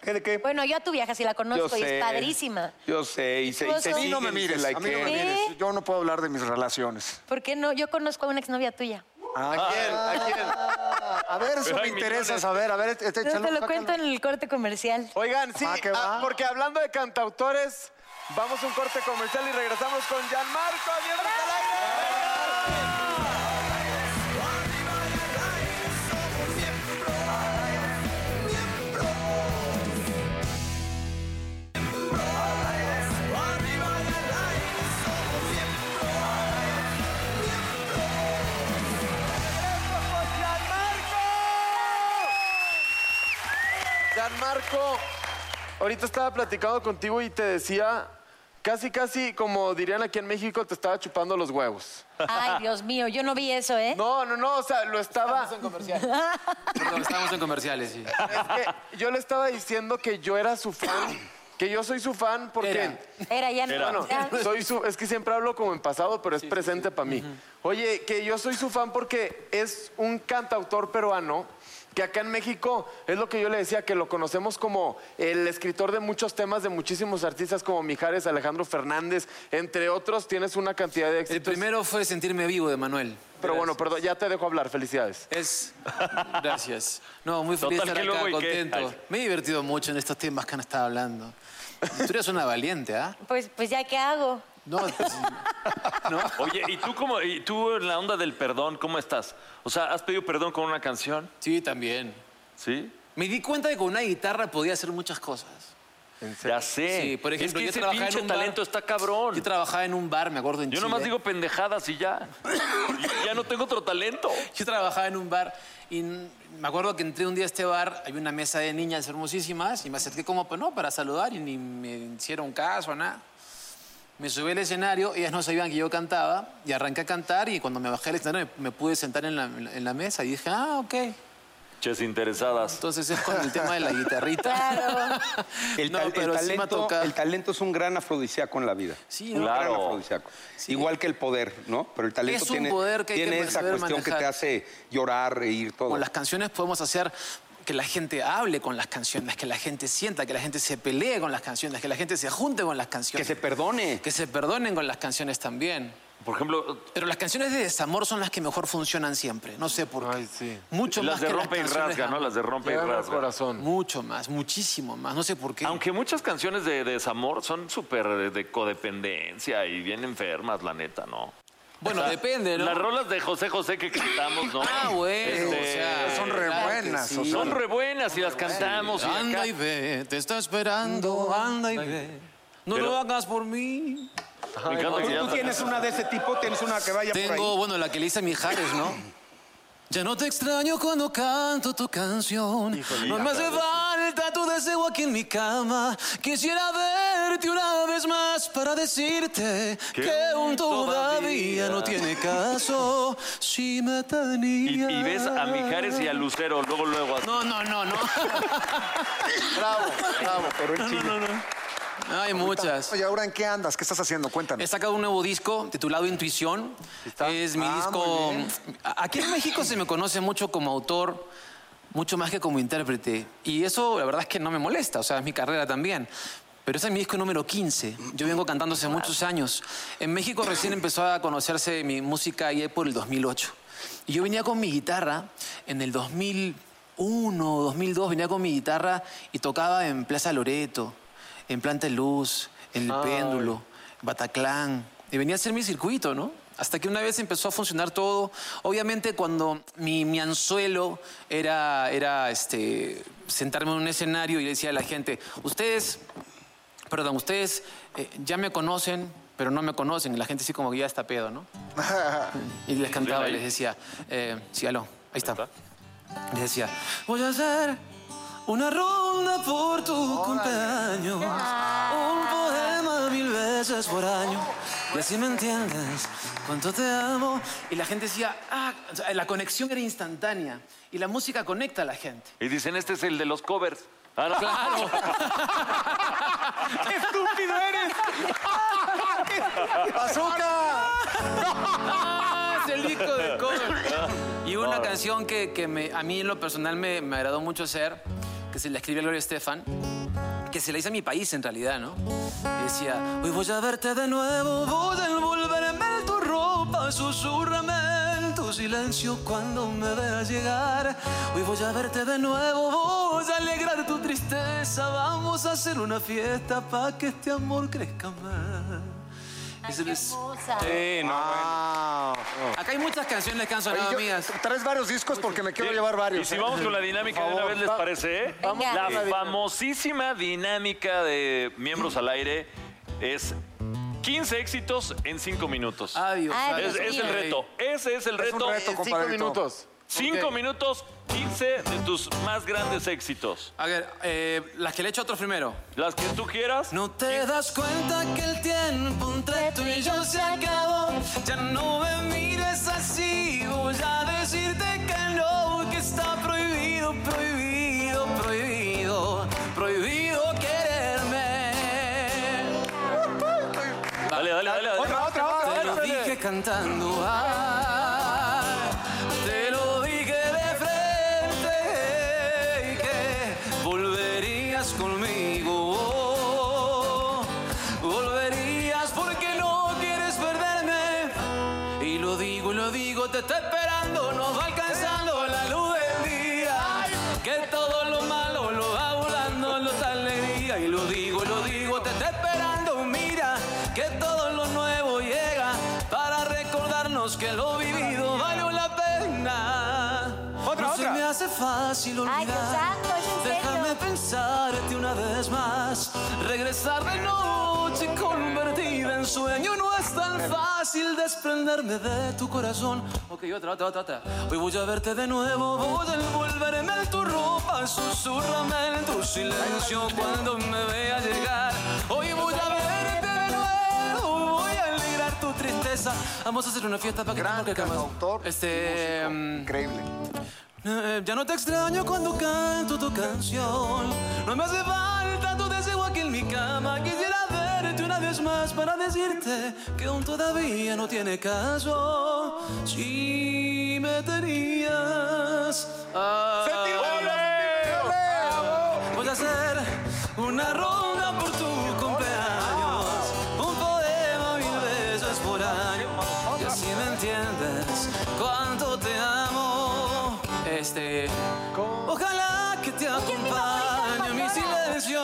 Speaker 5: ¿Qué de qué?
Speaker 6: Bueno, yo a tu vieja sí la
Speaker 5: Yo
Speaker 6: conozco y
Speaker 5: sé.
Speaker 6: pues, es padrísima. Pues,
Speaker 5: Yo sé. Y se, y
Speaker 6: A mí
Speaker 5: se
Speaker 6: no
Speaker 5: siguen,
Speaker 3: me
Speaker 5: se
Speaker 3: mires, a mí no me
Speaker 5: likean.
Speaker 3: mires. Yo no puedo hablar de mis relaciones.
Speaker 6: ¿Por qué no? Yo conozco a una exnovia tuya.
Speaker 3: ¿A quién? ¿A ver, eso
Speaker 4: Pero
Speaker 3: me
Speaker 4: hay
Speaker 3: interesa
Speaker 4: millones.
Speaker 3: saber. A ver, este,
Speaker 6: No,
Speaker 3: échalo,
Speaker 6: te lo
Speaker 3: sácalo.
Speaker 6: cuento en el corte comercial.
Speaker 1: Oigan, sí,
Speaker 3: Ah, ¿qué
Speaker 1: ah,
Speaker 3: va?
Speaker 1: porque hablando de cantautores, vamos a un corte comercial y regresamos con Gianmarco. ¡Bienvenido al aire! Gianmarco, ahorita estaba platicando contigo y te decía, casi, casi, como dirían aquí en México, te estaba chupando los huevos.
Speaker 6: Ay, Dios mío, yo no vi eso, ¿eh?
Speaker 1: No, no, no, o sea, lo estaba...
Speaker 7: Perdón, estamos en comerciales, sí.
Speaker 1: Es que yo le estaba diciendo que yo era su fan, que yo soy su fan porque...
Speaker 7: Era.
Speaker 6: Era ya no.
Speaker 4: Era.
Speaker 1: Bueno,
Speaker 6: ya.
Speaker 1: soy su, es que siempre hablo como en pasado, pero es presente para mí. Oye, que yo soy su fan porque es un cantautor peruano que acá en México es lo que yo le decía, que lo conocemos como el escritor de muchos temas de muchísimos artistas como Mijares, Alejandro Fernández, entre otros, tienes una cantidad de éxitos.
Speaker 2: El primero fue sentirme vivo de Manuel.
Speaker 1: Pero bueno, perdón, ya te dejo hablar, felicidades.
Speaker 2: Es. Gracias. No, muy feliz
Speaker 4: Total,
Speaker 2: de
Speaker 4: que
Speaker 2: estar acá,
Speaker 4: luego, ¿y qué?
Speaker 2: contento.
Speaker 4: Ay.
Speaker 2: Me he divertido mucho en estos temas que han estado hablando. Tú eres una valiente, ¿ah?
Speaker 6: Pues, pues ya, ¿qué hago?
Speaker 2: No, pues, no.
Speaker 4: Oye, ¿y tú, cómo, ¿y tú en la onda del perdón, cómo estás? O sea, ¿has pedido perdón con una canción?
Speaker 2: Sí, también.
Speaker 4: ¿Sí?
Speaker 2: Me di cuenta de que con una guitarra podía hacer muchas cosas.
Speaker 4: Ya sé.
Speaker 2: Sí, por ejemplo, yo
Speaker 4: es que ese
Speaker 2: trabajaba en
Speaker 4: pinche
Speaker 2: un bar-
Speaker 4: talento está cabrón.
Speaker 2: Yo trabajaba en un bar, me acuerdo en
Speaker 4: Yo
Speaker 2: Chile.
Speaker 4: nomás digo pendejadas y ya. ya no tengo otro talento.
Speaker 2: Yo trabajaba en un bar y n- me acuerdo que entré un día a este bar, había una mesa de niñas hermosísimas y me acerqué como pues, no, para saludar y ni me hicieron caso, nada. Me subí al escenario, ellas no sabían que yo cantaba y arranqué a cantar y cuando me bajé del escenario me, me pude sentar en la, en la mesa y dije, ah, ok.
Speaker 4: Ches interesadas.
Speaker 2: Entonces es con el tema de la guitarrita. Claro.
Speaker 5: El,
Speaker 2: no,
Speaker 5: tal- el
Speaker 2: pero sí me ha
Speaker 5: talento,
Speaker 2: tocado.
Speaker 5: el talento es un gran afrodisíaco en la vida.
Speaker 2: Sí,
Speaker 5: un
Speaker 2: ¿no?
Speaker 5: gran
Speaker 4: Claro.
Speaker 5: afrodisíaco. Igual que el poder, ¿no? Pero el talento
Speaker 2: Es un
Speaker 5: tiene,
Speaker 2: poder que hay
Speaker 5: tiene
Speaker 2: que
Speaker 5: esa
Speaker 2: saber
Speaker 5: cuestión que te
Speaker 2: manejar.
Speaker 5: hace llorar, reír, todo.
Speaker 2: Con las canciones podemos hacer que la gente hable con las canciones, que la gente sienta, que la gente se pelee con las canciones, que la gente se junte con las
Speaker 5: Que
Speaker 2: canciones.
Speaker 5: se perdone.
Speaker 2: Que se perdonen con las canciones también.
Speaker 4: Por ejemplo,
Speaker 2: Pero las canciones de desamor son las que mejor funcionan siempre. No sé por qué.
Speaker 1: Ay, sí.
Speaker 2: Mucho
Speaker 4: Ah, las
Speaker 2: más
Speaker 4: de
Speaker 2: que
Speaker 4: rompe y
Speaker 2: las canciones de
Speaker 4: rasga, ¿no?
Speaker 2: amor.
Speaker 4: Las de rompe y
Speaker 1: Llegan al
Speaker 4: rasga.
Speaker 1: corazón.
Speaker 2: Mucho más, muchísimo más. No sé por qué.
Speaker 4: Aunque muchas canciones de, de desamor son súper de, de codependencia y bien enfermas, la neta, ¿no?
Speaker 2: bueno,
Speaker 4: O sea,
Speaker 2: depende, ¿no?
Speaker 4: Las rolas de José José que cantamos, ¿no?
Speaker 2: Ah, bueno.
Speaker 4: Este,
Speaker 2: o sea,
Speaker 7: son re
Speaker 2: claro que
Speaker 7: buenas, o
Speaker 2: sí.
Speaker 4: son re buenas y las cantamos. y
Speaker 2: Anda
Speaker 4: acá-
Speaker 2: y ve, te está esperando, anda y ve. No
Speaker 4: Pero-
Speaker 2: lo hagas por mí.
Speaker 4: Me encanta que ya-
Speaker 5: ¿Tú tienes una de ese tipo? ¿Tienes una que vaya por ahí?
Speaker 2: Tengo, bueno, la que le hice a Mijares, ¿no? Ya no te extraño cuando canto tu canción. no me hace falta tu deseo aquí en mi cama. Quisiera verte una vez más para decirte que aún todavía no tiene caso. Si me
Speaker 4: Y,
Speaker 2: tenías.
Speaker 4: y ves a Mijares y a Lucero, luego, luego. así.
Speaker 2: No, no, no, no.
Speaker 7: Bravo, bravo.
Speaker 5: Pero en Chile.
Speaker 2: Hay muchas.
Speaker 7: Oye, ahora en qué andas? ¿Qué estás haciendo? Cuéntame.
Speaker 2: He sacado un nuevo disco titulado Intuición. Es mi
Speaker 7: Ah,
Speaker 2: disco.
Speaker 7: muy bien.
Speaker 2: A- Aquí en México se me conoce mucho como autor, mucho más que como intérprete. Y eso, la verdad es que no me molesta, o sea, es mi carrera también. Pero ese es mi disco número 15. Yo vengo cantando hace muchos años. En México recién empezó a conocerse mi música ahí por el 2008. Y yo venía con mi guitarra en el 2001, 2002, venía con mi guitarra y tocaba en Plaza Loreto, en Planta Luz, en El Péndulo, Bataclan. Y venía a hacer mi circuito, ¿no? Hasta que una vez empezó a funcionar todo. Obviamente cuando mi, mi anzuelo era, era este, sentarme en un escenario y le decía a la gente, ustedes, perdón, ustedes eh, ya me conocen, pero no me conocen. Y la gente así como que ya está pedo, ¿no? y les cantaba y les decía, eh, sí, aló, ahí está. Les decía, voy a hacer una ronda por tu cumpleaños. Un poema mil veces por año. Y así me entiendes cuánto te amo. Y la gente decía, ah, o sea, la conexión era instantánea. Y la música conecta a la gente.
Speaker 4: Y dicen, este es el de los covers. Ah, no.
Speaker 2: Claro.
Speaker 7: ¡Azúcar!
Speaker 2: Ah, es el disco de cover. Y una canción que, que me- a mí en lo personal me, me agradó mucho hacer, que se la escribió Gloria Estefan, que se la hice a mi país en realidad, ¿no? Y decía, hoy voy a verte de nuevo, voy a envolverme en tu ropa, susurrame en tu silencio cuando me veas llegar. Hoy voy a verte de nuevo, voy a alegrar tu tristeza, vamos a hacer una fiesta para que este amor crezca más. Ese es-
Speaker 5: Sí, no,
Speaker 2: Acá hay muchas canciones que han sonado mías.
Speaker 7: Traes varios discos porque me quiero
Speaker 4: Sí.
Speaker 7: llevar varios.
Speaker 4: Y si
Speaker 7: ¿eh?
Speaker 4: vamos con la dinámica de una vez, ¿les parece? eh?
Speaker 6: Vamos
Speaker 4: la
Speaker 6: con la
Speaker 4: famosísima dinámica de miembros al aire es 15 éxitos en 5 minutos.
Speaker 2: Adiós.
Speaker 6: Ay,
Speaker 4: es,
Speaker 6: Dios
Speaker 4: es el
Speaker 6: mío.
Speaker 4: reto. Ese es el
Speaker 7: Ah, Es un
Speaker 4: reto.
Speaker 7: reto,
Speaker 1: eh, Cinco
Speaker 7: compadrito.
Speaker 1: minutos.
Speaker 4: 5 minutos, 15 de tus más grandes éxitos.
Speaker 2: A ver, eh, las que le echo a otros primero.
Speaker 4: Las que tú quieras.
Speaker 2: No te das cuenta que el tiempo entre tú y yo se acabó. Ya no me mires así. Voy a decirte que no, que está prohibido, prohibido, prohibido, prohibido quererme.
Speaker 4: Dale, dale, dale. dale.
Speaker 2: Te lo dije ah, cantando, ay, te lo dije de frente.
Speaker 7: lo digo, te está esperando, nos va alcanzando la luz del día. Que todo lo malo lo va volando lo alegría. Y lo digo, lo digo, te está esperando, mira, que todo lo nuevo llega para recordarnos que lo vivido vale la pena.
Speaker 2: Otra,
Speaker 7: no
Speaker 2: otra.
Speaker 7: se me hace fácil olvidar.
Speaker 8: Ay, Dios santo, es en serio.
Speaker 7: Déjame pensarte una vez más. Regresar de noche convertida en sueño no es tan fácil desprenderme de tu corazón. Ok, otra, otra, otra, otra. Hoy voy a verte de nuevo, voy a envolverme en tu ropa, susurrame en tu silencio cuando me vea llegar. Hoy voy a verte de nuevo, voy a alegrar tu tristeza. Vamos a hacer una fiesta para que te marque más.
Speaker 3: Autor,
Speaker 7: Este. mm,
Speaker 3: increíble.
Speaker 7: eh, Ya no te extraño cuando canto tu canción. No me hace falta tu deseo aquí en mi cama. Quisiera verte una vez más para decirte que aún todavía no tiene caso. Si me tenías. ah, Voy a hacer una ronda por tu cumpleaños. Un poema, mil besos por año. Y así me entiendes cuánto te amo. Este. Ojalá que te
Speaker 8: es mi favorita,
Speaker 7: acompañe mi
Speaker 8: Pandora.
Speaker 7: silencio.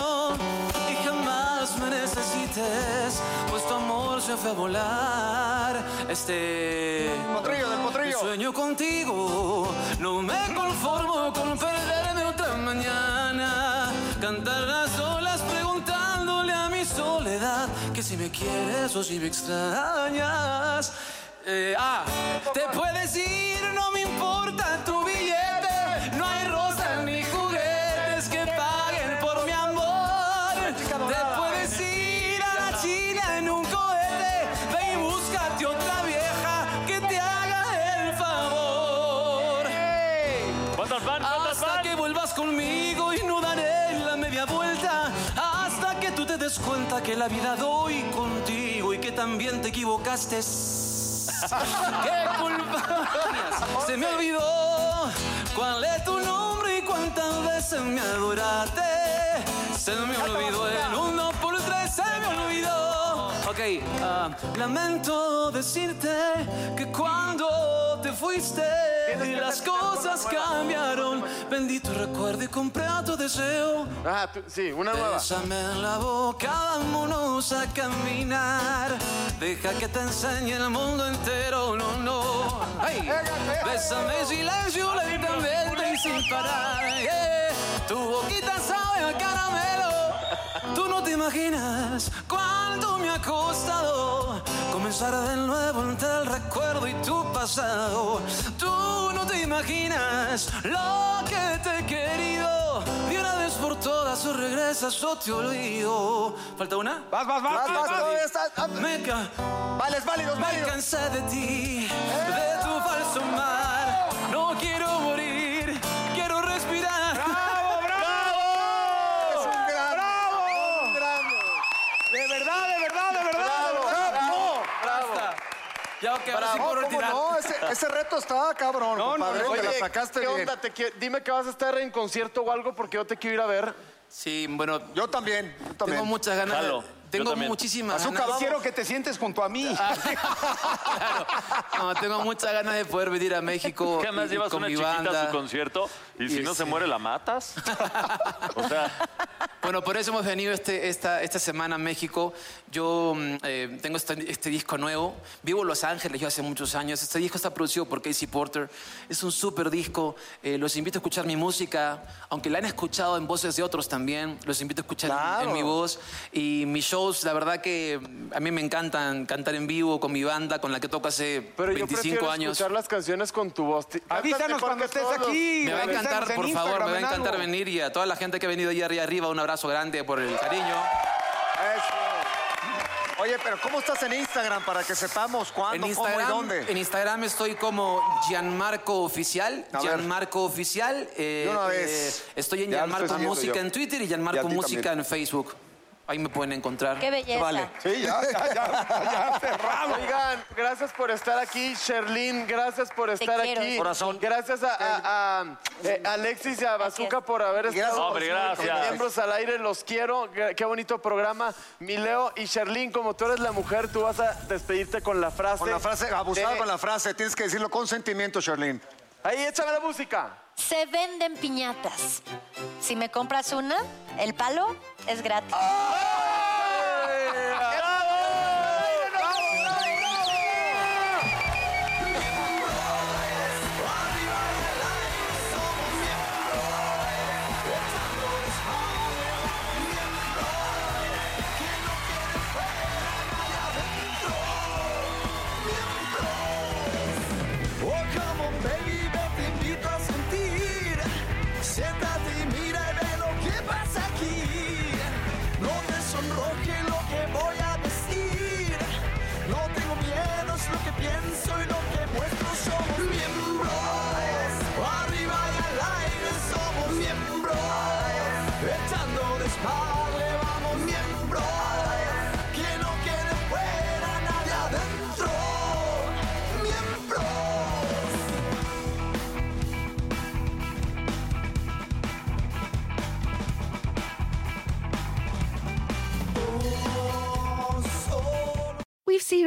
Speaker 7: Y jamás me necesites, pues tu amor se fue a volar. Este.
Speaker 3: Potrillo, del potrillo.
Speaker 7: Sueño contigo, no me conformo con perderme otra mañana. Cantar las olas preguntándole a mi soledad que si me quieres o si me extrañas. Eh, ah, te puedes ir, no me importa tu billete. No hay rosas ni juguetes que paguen por mi amor. Te puedes ir a la China en un cohete. Ve y búscate otra vieja que te haga el favor.
Speaker 2: ¿Cuántas van? ¿Cuántas
Speaker 7: Hasta
Speaker 2: van?
Speaker 7: que vuelvas conmigo y no daré la media vuelta. Hasta que tú te des cuenta que la vida doy contigo y que también te equivocaste. ¡Qué culpa! Se me olvidó cuál es tu nombre y cuántas veces me adoraste. Se me olvidó el uno por tres, se me olvidó. Ok, ah, lamento decirte que cuando te fuiste las cosas cambiaron. Vendí tu recuerdo y compré tu deseo.
Speaker 1: Ah, tú- sí, una nueva.
Speaker 7: Bésame en la boca, vámonos a caminar. Deja que te enseñe el mundo entero, no, no. Hey. Bésame en silencio, lentamente y sin parar. yeah. Tu boquita sabe a caramelo. Tú no te imaginas cuánto me ha costado comenzar de nuevo entre el recuerdo y tu pasado. Tú no te imaginas lo que te he querido. Y una vez por todas o regresas o te olvido. ¿Falta una?
Speaker 2: Vas, vas, vas.
Speaker 3: Vas, vas, todavía estás- ah,
Speaker 7: Me ca-
Speaker 3: Vales, válidos,
Speaker 7: me
Speaker 3: válidos.
Speaker 7: cansé de ti,
Speaker 3: Eh.
Speaker 7: de tu falso mar. No quiero morir, quiero respirar.
Speaker 3: Es un gran- un gran-
Speaker 2: De verdad, de verdad, de verdad. de
Speaker 3: Bravo,
Speaker 2: verdad.
Speaker 3: bravo.
Speaker 7: Ya, ok, ahora sí
Speaker 3: No,
Speaker 7: puedo
Speaker 3: ¿cómo
Speaker 7: retirar.
Speaker 3: no? Ese, ese reto estaba cabrón, compadre. te la sacaste
Speaker 1: ¿qué
Speaker 3: bien.
Speaker 1: onda? Te quie- Dime que vas a estar en concierto o algo porque yo te quiero ir a ver.
Speaker 7: Sí, bueno,
Speaker 3: Yo también, yo también.
Speaker 7: tengo muchas ganas. de-
Speaker 4: Jalo, yo
Speaker 7: tengo
Speaker 4: también.
Speaker 7: muchísimas
Speaker 5: Azúcar,
Speaker 7: ganas.
Speaker 5: quiero que te sientes junto a mí.
Speaker 3: Ah,
Speaker 7: Claro. No, tengo muchas ganas de poder venir a México
Speaker 4: ¿Qué más
Speaker 7: y- y
Speaker 4: llevas
Speaker 7: con
Speaker 4: una
Speaker 7: mi
Speaker 4: chiquita a
Speaker 7: banda.
Speaker 4: su concierto? Y si
Speaker 7: Y
Speaker 4: no se
Speaker 7: sí.
Speaker 4: muere, la matas. o sea,
Speaker 7: Bueno, por eso hemos venido este- esta, esta semana a México. Yo mm, eh, tengo este, este disco nuevo. Vivo en Los Ángeles yo hace muchos años. Este disco está producido por Casey Porter. Es un súper disco. Eh, los invito a escuchar mi música, aunque la han escuchado en voces de otros también. Los invito a escuchar en- en,
Speaker 3: Claro.
Speaker 7: mi voz. Y mis shows, la verdad que mm, a mí me encantan cantar en vivo con mi banda, con la que toco hace
Speaker 1: Pero yo
Speaker 7: 25
Speaker 1: prefiero
Speaker 7: años.
Speaker 1: escuchar las canciones con tu voz. Ti- cantas
Speaker 5: Avísanos
Speaker 1: mejor
Speaker 5: cuando
Speaker 1: que
Speaker 5: estés
Speaker 1: todos los-
Speaker 5: aquí.
Speaker 7: Me va
Speaker 5: Avísanos
Speaker 7: a encantar,
Speaker 5: en
Speaker 7: por favor, me va a
Speaker 5: Instagram,
Speaker 7: encantar
Speaker 5: enano.
Speaker 7: venir y a toda la gente que ha venido allá arriba, un abrazo grande por el cariño.
Speaker 3: Eso. Oye, pero ¿cómo estás en Instagram para que sepamos cuándo,
Speaker 7: En
Speaker 3: cómo y
Speaker 7: Instagram,
Speaker 3: dónde?
Speaker 7: en Instagram estoy como Gianmarco Oficial.
Speaker 3: A ver.
Speaker 7: Gianmarco Oficial. eh,
Speaker 3: De una vez.
Speaker 7: eh, estoy en
Speaker 5: Ya lo
Speaker 7: Gianmarco
Speaker 5: estoy siguiendo
Speaker 7: Música
Speaker 5: yo.
Speaker 7: en Twitter y
Speaker 5: Y a
Speaker 7: Gianmarco
Speaker 5: ti
Speaker 7: Música
Speaker 5: también.
Speaker 7: en Facebook.
Speaker 9: Ahí me pueden encontrar.
Speaker 6: Qué belleza. Vale.
Speaker 2: Sí, ya, ya, ya, ya cerramos.
Speaker 1: Oigan, gracias por estar aquí, Sherlyn, gracias por estar
Speaker 6: quiero.
Speaker 1: aquí. Gracias a, a- a- eh, Alexis y a Bazooka por haber
Speaker 3: Gracias.
Speaker 1: estado.
Speaker 10: Hombre,
Speaker 1: con nosotros.
Speaker 10: gracias.
Speaker 1: Miembros al aire, los quiero. Gra- Qué bonito programa. Mi Leo y Sherlyn, como tú eres la mujer, tú vas a despedirte con la frase.
Speaker 3: Con la frase, abusada
Speaker 1: de-
Speaker 3: con la frase, tienes que decirlo con sentimiento, Charlene.
Speaker 1: Ahí, échame la música.
Speaker 6: Se venden piñatas. Si me compras una, el palo es gratis.
Speaker 7: Oh, come on, baby, yo te invito a sentir. Siéntate y mira y ve lo que pasa aquí. No te sonroje lo que voy a decir. No tengo miedo, es lo que pienso y lo que muestro. Somos miembros. Arriba y al aire somos miembros. Echando desmadre vamos miembros. Que no quede fuera nadie adentro. Miembros.
Speaker 11: We've seen